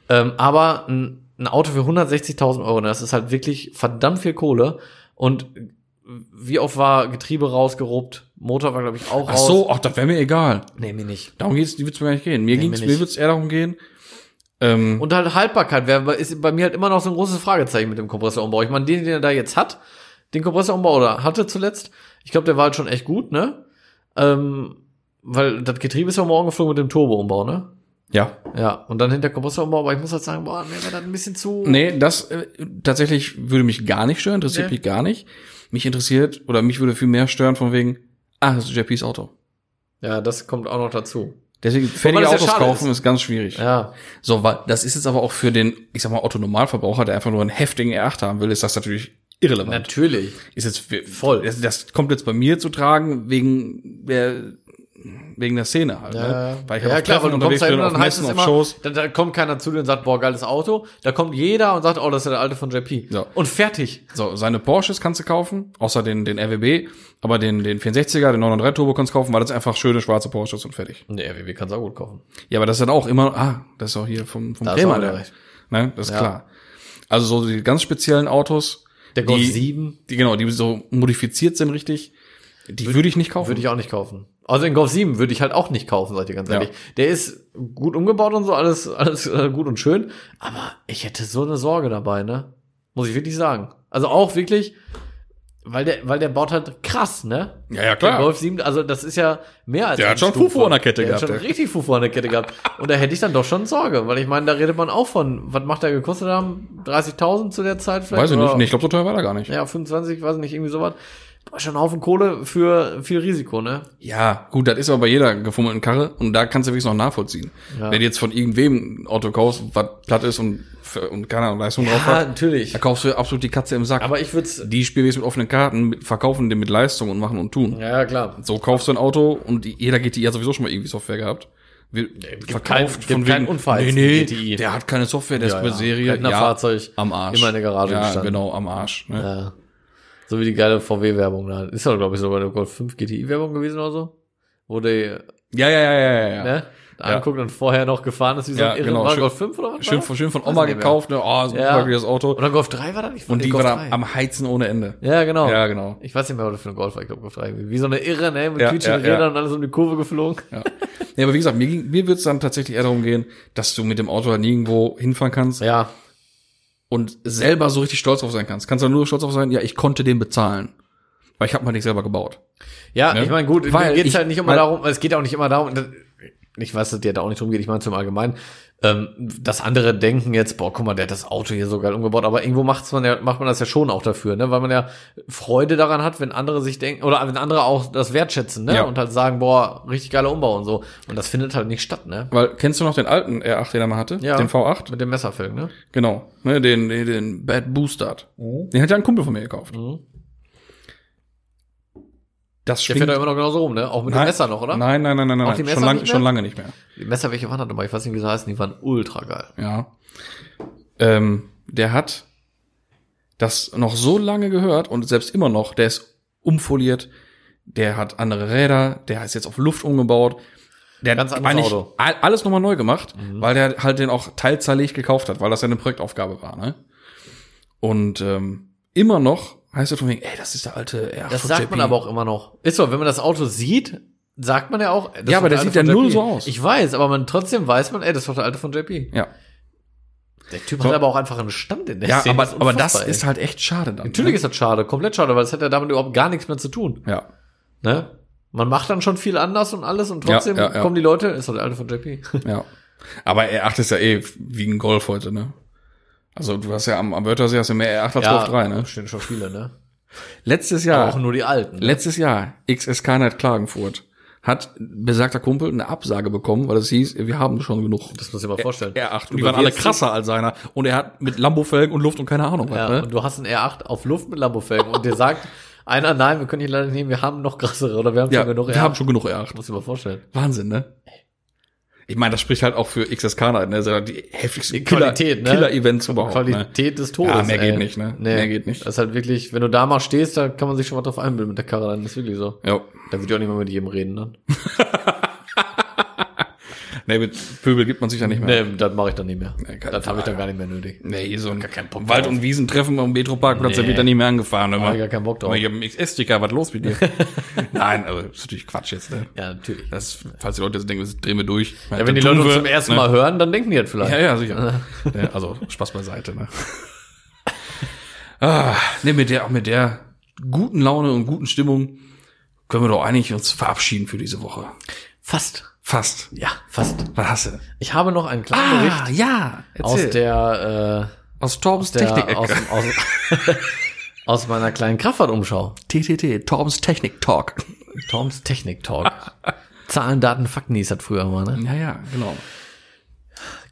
S4: Ähm, aber ein, ein Auto für 160.000 Euro, ne? das ist halt wirklich verdammt viel Kohle. Und wie oft war Getriebe rausgerobt, Motor war, glaube ich, auch
S1: Ach
S4: raus.
S1: so, ach, das wäre mir egal.
S4: Nee, mir nicht.
S1: Darum geht's, die wird's mir gar nicht gehen. Mir
S4: Nee,
S1: ging's,
S4: mir
S1: mir
S4: nicht.
S1: wird's eher darum gehen. Ähm,
S4: Und halt Haltbarkeit wär, ist bei mir halt immer noch so ein großes Fragezeichen mit dem Kompressorumbau. Ich meine, den, den er da jetzt hat, den Kompressorumbau oder hatte zuletzt, ich glaube, der war halt schon echt gut, ne? Ähm, weil das Getriebe ist ja morgen geflogen mit dem Turboumbau, ne?
S1: ja.
S4: Ja, und dann hinter Kompressorumbau, aber ich muss halt sagen, boah, mir war das ein bisschen zu.
S1: Nee, das äh, tatsächlich würde mich gar nicht stören, interessiert
S4: Nee.
S1: mich gar nicht. Mich interessiert oder mich würde viel mehr stören von wegen, ah, das ist JPs Auto.
S4: Ja, das kommt auch noch dazu.
S1: Deswegen fertige
S4: das ja
S1: Autos
S4: schade
S1: kaufen ist, ganz schwierig.
S4: Ja,
S1: So, weil das ist jetzt aber auch für den, ich sag mal, Otto Normalverbraucher, der einfach nur einen heftigen R8 haben will, ist das natürlich irrelevant.
S4: natürlich.
S1: ist jetzt für-
S4: Voll.
S1: Das, das kommt jetzt bei mir zu tragen wegen der wegen der Szene halt.
S4: Ja,
S1: ne? Weil ich
S4: ja,
S1: halt auf
S4: klar,
S1: Treffen
S4: weil du
S1: unterwegs
S4: kommst da
S1: bin,
S4: hin und
S1: auf
S4: dann heißt
S1: Messen,
S4: es
S1: auf
S4: immer,
S1: Shows.
S4: dann, dann kommt keiner zu dir und sagt, boah, geiles Auto. Da kommt jeder und sagt, oh, das ist ja der alte von JP.
S1: So.
S4: Und fertig.
S1: So, seine Porsches kannst du kaufen, außer den, den RWB, aber den, den 64er, den 993 Turbo kannst du kaufen, weil das einfach schöne schwarze Porsches und fertig.
S4: Nee, RWB kannst du auch gut kaufen.
S1: Ja, aber das ist dann auch immer, ah, das ist auch hier vom, vom
S4: Da hast du
S1: Krämer,
S4: auch wieder
S1: der,
S4: recht.
S1: ne, das ist
S4: Ja.
S1: klar. Also so die ganz speziellen Autos,
S4: Der Golf
S1: die,
S4: 7.
S1: die, genau, die so modifiziert sind richtig, Die würde ich nicht kaufen.
S4: Würde ich auch nicht kaufen. Also den Golf 7 würde ich halt auch nicht kaufen, seid ihr ganz
S1: Ja.
S4: ehrlich. Der ist gut umgebaut und so, alles, alles äh, gut und schön. Aber ich hätte so eine Sorge dabei, ne? Muss ich wirklich sagen. Also auch wirklich, weil der, weil der baut halt krass, ne?
S1: ja, ja,
S4: Der Golf 7, also das ist ja mehr als.
S1: Der
S4: eine
S1: hat schon
S4: Stufe.
S1: Fufu an der Kette
S4: der
S1: gehabt,
S4: Hat schon
S1: der.
S4: richtig Fufu an der Kette gehabt. Und da hätte ich dann doch schon Sorge, weil ich meine, da redet man auch von, was macht der gekostet haben? 30.000 zu der Zeit vielleicht?
S1: Weiß ich nicht.
S4: Oder-
S1: Nee, ich glaube, so teuer war der gar nicht.
S4: ja, 25, weiß nicht, irgendwie sowas. Boah, schon einen Haufen Kohle für viel Risiko, ne?
S1: Ja, gut, das ist aber bei jeder gefummelten Karre und da kannst du wirklich noch nachvollziehen.
S4: Ja.
S1: Wenn du jetzt von irgendwem ein Auto kaufst, was platt ist und, und keine Ahnung, Leistung drauf
S4: Ja,
S1: hat,
S4: natürlich.
S1: da kaufst du absolut die Katze im Sack.
S4: Aber ich würde es.
S1: die Spielwegs mit offenen Karten mit, verkaufen den mit Leistung und machen und tun.
S4: Ja, ja, klar.
S1: So kaufst du ein Auto und die- jeder GTI hat sowieso schon mal irgendwie Software gehabt. Wir, verkauft
S4: kein- gibt keinen Unfall
S1: Nee,
S4: als
S1: nee,
S4: GTI.
S1: der hat keine Software, der ist
S4: Ja,
S1: per
S4: ja.
S1: Serie.
S4: Mit einer Fahrzeug
S1: am Arsch.
S4: immer in der Garage
S1: Ja,
S4: gestanden.
S1: genau, am Arsch. Ne?
S4: Ja. Äh, So wie die geile VW-Werbung da. Ist doch, glaube ich, sogar eine Golf 5 GTI-Werbung gewesen oder so. Wo der,
S1: Ja, ja, ja, ja, ja. ja.
S4: ne, anguckt und vorher noch gefahren ist, wie so
S1: Ja,
S4: ein Irren.
S1: genau.
S4: War
S1: Schön-
S4: Golf 5 oder was?
S1: Schön,
S4: war das?
S1: von- schön von
S4: Weiß
S1: Oma
S4: nicht mehr.
S1: gekauft, ne? Oh, super
S4: Ja.
S1: das Auto.
S4: Oder Golf 3 war das nicht?
S1: Und die
S4: Golf
S1: war da
S4: 3.
S1: am Heizen ohne Ende.
S4: Ja, genau.
S1: Ja, genau.
S4: Ich weiß nicht mehr, was das für ein Golf war. Ich glaube, Golf 3. Wie so eine Irre, ne, mit
S1: Ja,
S4: quietschenden
S1: ja, ja.
S4: Rädern und alles um die Kurve geflogen.
S1: Ja. Nee, aber wie gesagt, mir, ging- mir wird es dann tatsächlich eher darum gehen, dass du mit dem Auto dann irgendwo hinfahren kannst
S4: Ja,
S1: und selber so richtig stolz drauf sein kannst. Kannst du nur stolz drauf sein, ja, ich konnte den bezahlen. Weil ich habe mal nicht selber gebaut.
S4: Ja,
S1: Ne?
S4: ich meine, gut,
S1: Weil
S4: mir geht's
S1: ich-
S4: halt nicht immer
S1: weil-
S4: darum, es geht auch nicht immer darum, das- ich weiß, dass dir da auch nicht drum geht, ich meine zum Allgemeinen, ähm, dass andere denken jetzt, boah, guck mal, der hat das Auto hier so geil umgebaut, aber irgendwo macht's man ja, macht man das ja schon auch dafür, ne? Weil man ja Freude daran hat, wenn andere sich denken, oder wenn andere auch das wertschätzen, ne?
S1: Ja.
S4: Und halt sagen, boah, richtig geiler Umbau und so. Und das findet halt nicht statt, ne?
S1: Weil, kennst du noch den alten R8, den er mal hatte?
S4: Ja.
S1: Den V8?
S4: Mit dem Messerfelgen, ne?
S1: Genau. Ne, den, den, den Bad Boostard.
S4: Mhm.
S1: Den hat ja ein Kumpel von mir gekauft. Das
S4: Der fährt da
S1: schwingt...
S4: immer noch genauso rum, ne? Auch mit dem Messer noch, oder?
S1: Nein, nein, nein, nein, nein.
S4: Auch die
S1: nein.
S4: Messer
S1: schon, lang,
S4: nicht mehr?
S1: schon lange nicht mehr.
S4: Die Messer, welche waren das nochmal? Ich weiß nicht, wie sie heißen, die waren ultra geil.
S1: Ja. Ähm, der hat das noch so lange gehört und selbst immer noch, der ist umfoliert, der hat andere Räder, der ist jetzt auf Luft umgebaut. Der
S4: Ganz
S1: hat
S4: anderes
S1: eigentlich
S4: Auto. Mhm.
S1: all- alles nochmal neu gemacht, weil der halt den auch teilzerlegt gekauft hat, weil das ja eine Projektaufgabe war, ne? Und ähm, immer noch heißt er von wegen, ey, das ist der alte R8
S4: Das
S1: von
S4: sagt
S1: JP.
S4: man aber auch immer noch. Ist so, wenn man das Auto sieht, sagt man ja auch. das ist
S1: Ja, aber
S4: doch
S1: der sieht
S4: alte
S1: ja
S4: von
S1: null
S4: JP.
S1: so aus.
S4: Ich weiß, aber man trotzdem weiß man, ey, das ist doch der alte von JP.
S1: Ja,
S4: Der Typ
S1: So.
S4: hat aber auch einfach einen Stand in der
S1: ja
S4: Szene.
S1: aber, aber das
S4: unfassbar, ey.
S1: ist halt echt schade dann.
S4: Natürlich
S1: ne?
S4: ist das schade, komplett schade, weil das hat ja damit überhaupt gar nichts mehr zu tun.
S1: Ja.
S4: Ne? Man macht dann schon viel anders und alles und
S1: Ja,
S4: trotzdem
S1: ja, ja.
S4: kommen die Leute, ist doch der alte
S1: <laughs>
S4: von JP.
S1: Ja. Aber R8 ist ja eh wie ein Golf heute, ne? Also du hast ja am, am Wörthersee hast du mehr R8 als Golf 3, ne?
S4: stehen schon viele, ne?
S1: Letztes
S4: Auch
S1: Jahr,
S4: nur die alten. ne?
S1: letztes Jahr, XSK Night Klagenfurt, hat besagter Kumpel eine Absage bekommen, weil es hieß, wir haben schon genug.
S4: Das muss ich mir mal vorstellen.
S1: R8.
S4: Du
S1: Und die waren alle
S4: bewirbst dich-
S1: krasser als seiner. Und er hat mit Lambo-Felgen und Luft und keine Ahnung was,
S4: Ja,
S1: ne?
S4: und du hast einen R8 auf Luft mit Lambofelgen und dir sagt <laughs> einer, nein, wir können ihn leider nicht nehmen, wir haben noch krassere oder wir haben
S1: Ja,
S4: schon genug
S1: wir
S4: R8.
S1: haben schon genug R8.
S4: Muss ich mir vorstellen.
S1: Wahnsinn, ne? Ich meine, das spricht halt auch für XSK Night, ne? Das ist ja Die heftigsten
S4: Die Qualität,
S1: Killer-
S4: ne?
S1: Killer-Events überhaupt, ne?
S4: Qualität des Todes.
S1: Ja, mehr
S4: ey.
S1: geht nicht, ne?
S4: Nee.
S1: Mehr geht nicht.
S4: Das ist halt wirklich, wenn du da mal stehst, da kann man sich schon mal drauf einbilden mit der Karre, dann ist wirklich so.
S1: Ja.
S4: Da würde ich auch nicht mehr mit jedem reden ne? dann.
S1: Nee, mit Pöbel gibt man sich ja nicht mehr.
S4: Nee, das mache ich dann nicht mehr.
S1: Nee, keine
S4: das habe ich
S1: Frage.
S4: dann gar nicht mehr nötig.
S1: Nee, so ein
S4: keinen Bock
S1: Wald-
S4: drauf.
S1: und Wiesentreffen am Metroparkplatz, da
S4: Nee.
S1: wird er nicht mehr angefahren.
S4: Hab ich gar keinen Bock drauf.
S1: Aber ich habe einen XS-Sticker, was los mit
S4: <laughs>
S1: dir? Nein, aber das ist natürlich Quatsch jetzt. Ne?
S4: Ja, natürlich.
S1: Das, falls die Leute jetzt denken, das drehen wir durch.
S4: ja, wenn die
S1: Dann
S4: Leute
S1: tun
S4: uns
S1: wir,
S4: zum ersten
S1: ne?
S4: Mal hören, dann denken die das vielleicht.
S1: Ja, ja, sicher. ja, also, Spaß beiseite. Ne? <laughs> ah, nee, mit der, auch mit der guten Laune und guten Stimmung können wir doch eigentlich uns verabschieden für diese Woche.
S4: Fast.
S1: Fast.
S4: Ja, fast.
S1: Was hast du?
S4: Ich habe noch einen kleinen Bericht
S1: ja.
S4: aus
S1: Ah, Erzähl.
S4: der, äh,
S1: aus Torbens
S4: der aus,
S1: Technik-Ecke.
S4: aus, <laughs> aus meiner kleinen Kraftfahrtumschau.
S1: TTT, Torbens Technik-Talk.
S4: Toms
S1: <laughs>
S4: Technik Talk. Zahlen, Daten, Fakten hieß das früher mal, ne?
S1: Ja, ja, genau.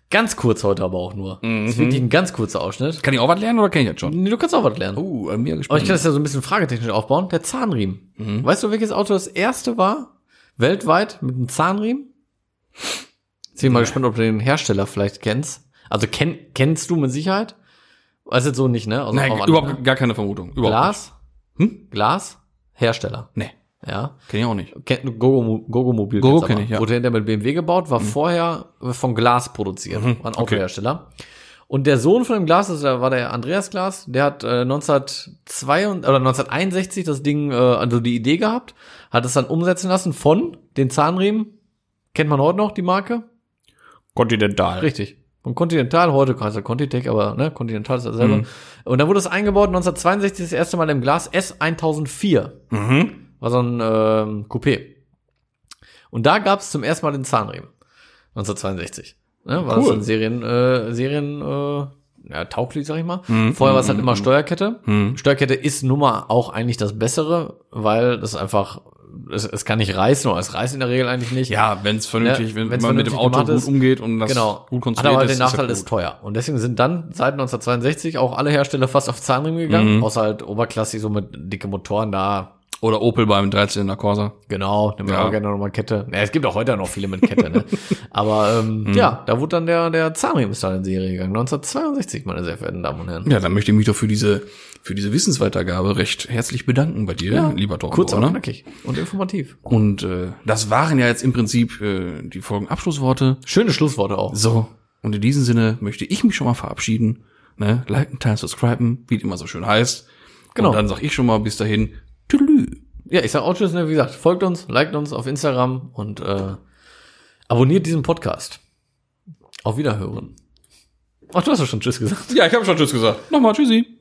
S4: Ganz kurz heute aber auch nur. Das
S1: Mhm.
S4: ist wirklich ein ganz kurzer Ausschnitt.
S1: Kann ich auch was lernen oder kenne ich das schon?
S4: Nee, du kannst auch was lernen.
S1: Uh, an mir
S4: Aber ich
S1: gespannt.
S4: kann das ja so ein bisschen fragetechnisch aufbauen. Der Zahnriemen.
S1: Mhm.
S4: Weißt du, welches Auto das erste war? Weltweit mit einem Zahnriemen? Jetzt bin ich mal gespannt, ob du den Hersteller vielleicht kennst. Also kenn, kennst du mit Sicherheit? Weißt du jetzt so nicht, ne? Also
S1: Nein,
S4: auch anders,
S1: überhaupt
S4: ne?
S1: gar keine Vermutung. Überhaupt
S4: Glas?
S1: nicht. Hm?
S4: Glas? Hersteller.
S1: Nee,
S4: Ja.
S1: kenne ich auch nicht.
S4: Kennt Gogo, Gogo Mobil.
S1: Gogo
S4: jetzt aber.
S1: kenn ich, ja. Mhm.
S4: Wurde hinterher mit BMW gebaut, war vorher von Glas produziert, war ein
S1: okay.
S4: Autohersteller. Und der Sohn von dem Glas, das war der Andreas Glas, der hat äh, 1902 und- oder 1961 das Ding, äh, also die Idee gehabt, hat es dann umsetzen lassen von den Zahnriemen. Kennt man heute noch die Marke?
S3: Continental.
S4: Richtig. Und Continental, heute heißt er Contitech, aber ne, Continental ist dasselbe.
S1: Mhm.
S4: Und dann wurde es eingebaut 1962 das erste Mal im Glas S1004.
S1: Mhm.
S4: War so ein ähm, Coupé. Und da gab es zum ersten Mal den Zahnriemen. 1962. Ne, war das
S1: Cool.
S4: ein Serien, äh, Serien äh, ja, tauglich, sag ich mal. Vorher war es halt immer Steuerkette.
S1: Mhm.
S4: Steuerkette ist nun mal auch eigentlich das Bessere, weil das einfach, es, es kann nicht reißen, oder es reißt in der Regel eigentlich nicht.
S1: Ja, wenn es vernünftig,
S4: Ja,
S1: wenn
S4: wenn's
S1: man mit dem
S4: vernünftig
S1: Auto
S4: gemacht
S1: gut
S4: ist.
S1: umgeht und das
S4: Genau.
S1: gut
S4: Hat aber
S1: konstruiert
S4: den
S1: ist,
S4: Nachteil
S1: ja
S4: ist
S1: gut.
S4: teuer. Und deswegen sind dann seit 1962 auch alle Hersteller fast auf Zahnriemen gegangen,
S1: Mhm.
S4: außer halt oberklassig so mit dicke Motoren da.
S1: Oder Opel beim 13er Corsa.
S4: Genau, nehmen wir
S1: Ja.
S4: auch gerne nochmal Kette. Naja, es gibt auch heute noch viele mit Kette, ne? Aber ähm, ja, da wurde dann der, der Zahnriemen ist dann in Serie gegangen. 1962, meine sehr verehrten Damen und Herren.
S1: Ja, dann möchte ich mich doch für diese, für diese Wissensweitergabe recht herzlich bedanken bei dir, lieber Torben.
S4: Kurz, aber
S1: Bauer, ne?
S4: knackig und informativ.
S1: Und äh, das waren ja jetzt im Prinzip äh, die Folgen Abschlussworte.
S4: Schöne Schlussworte auch.
S1: So, und in diesem Sinne möchte ich mich schon mal verabschieden. Ne? Liken, teilen, subscriben, wie es immer so schön heißt.
S4: Genau.
S1: Und dann sag ich schon mal bis dahin. Tüdelü.
S4: Ja, ich sag auch Tschüss, ne? wie gesagt, folgt uns, liked uns auf Instagram und äh, abonniert diesen Podcast. Auf Wiederhören. Ach, du hast doch schon Tschüss gesagt.
S1: Ja, ich habe schon Tschüss gesagt. Nochmal Tschüssi.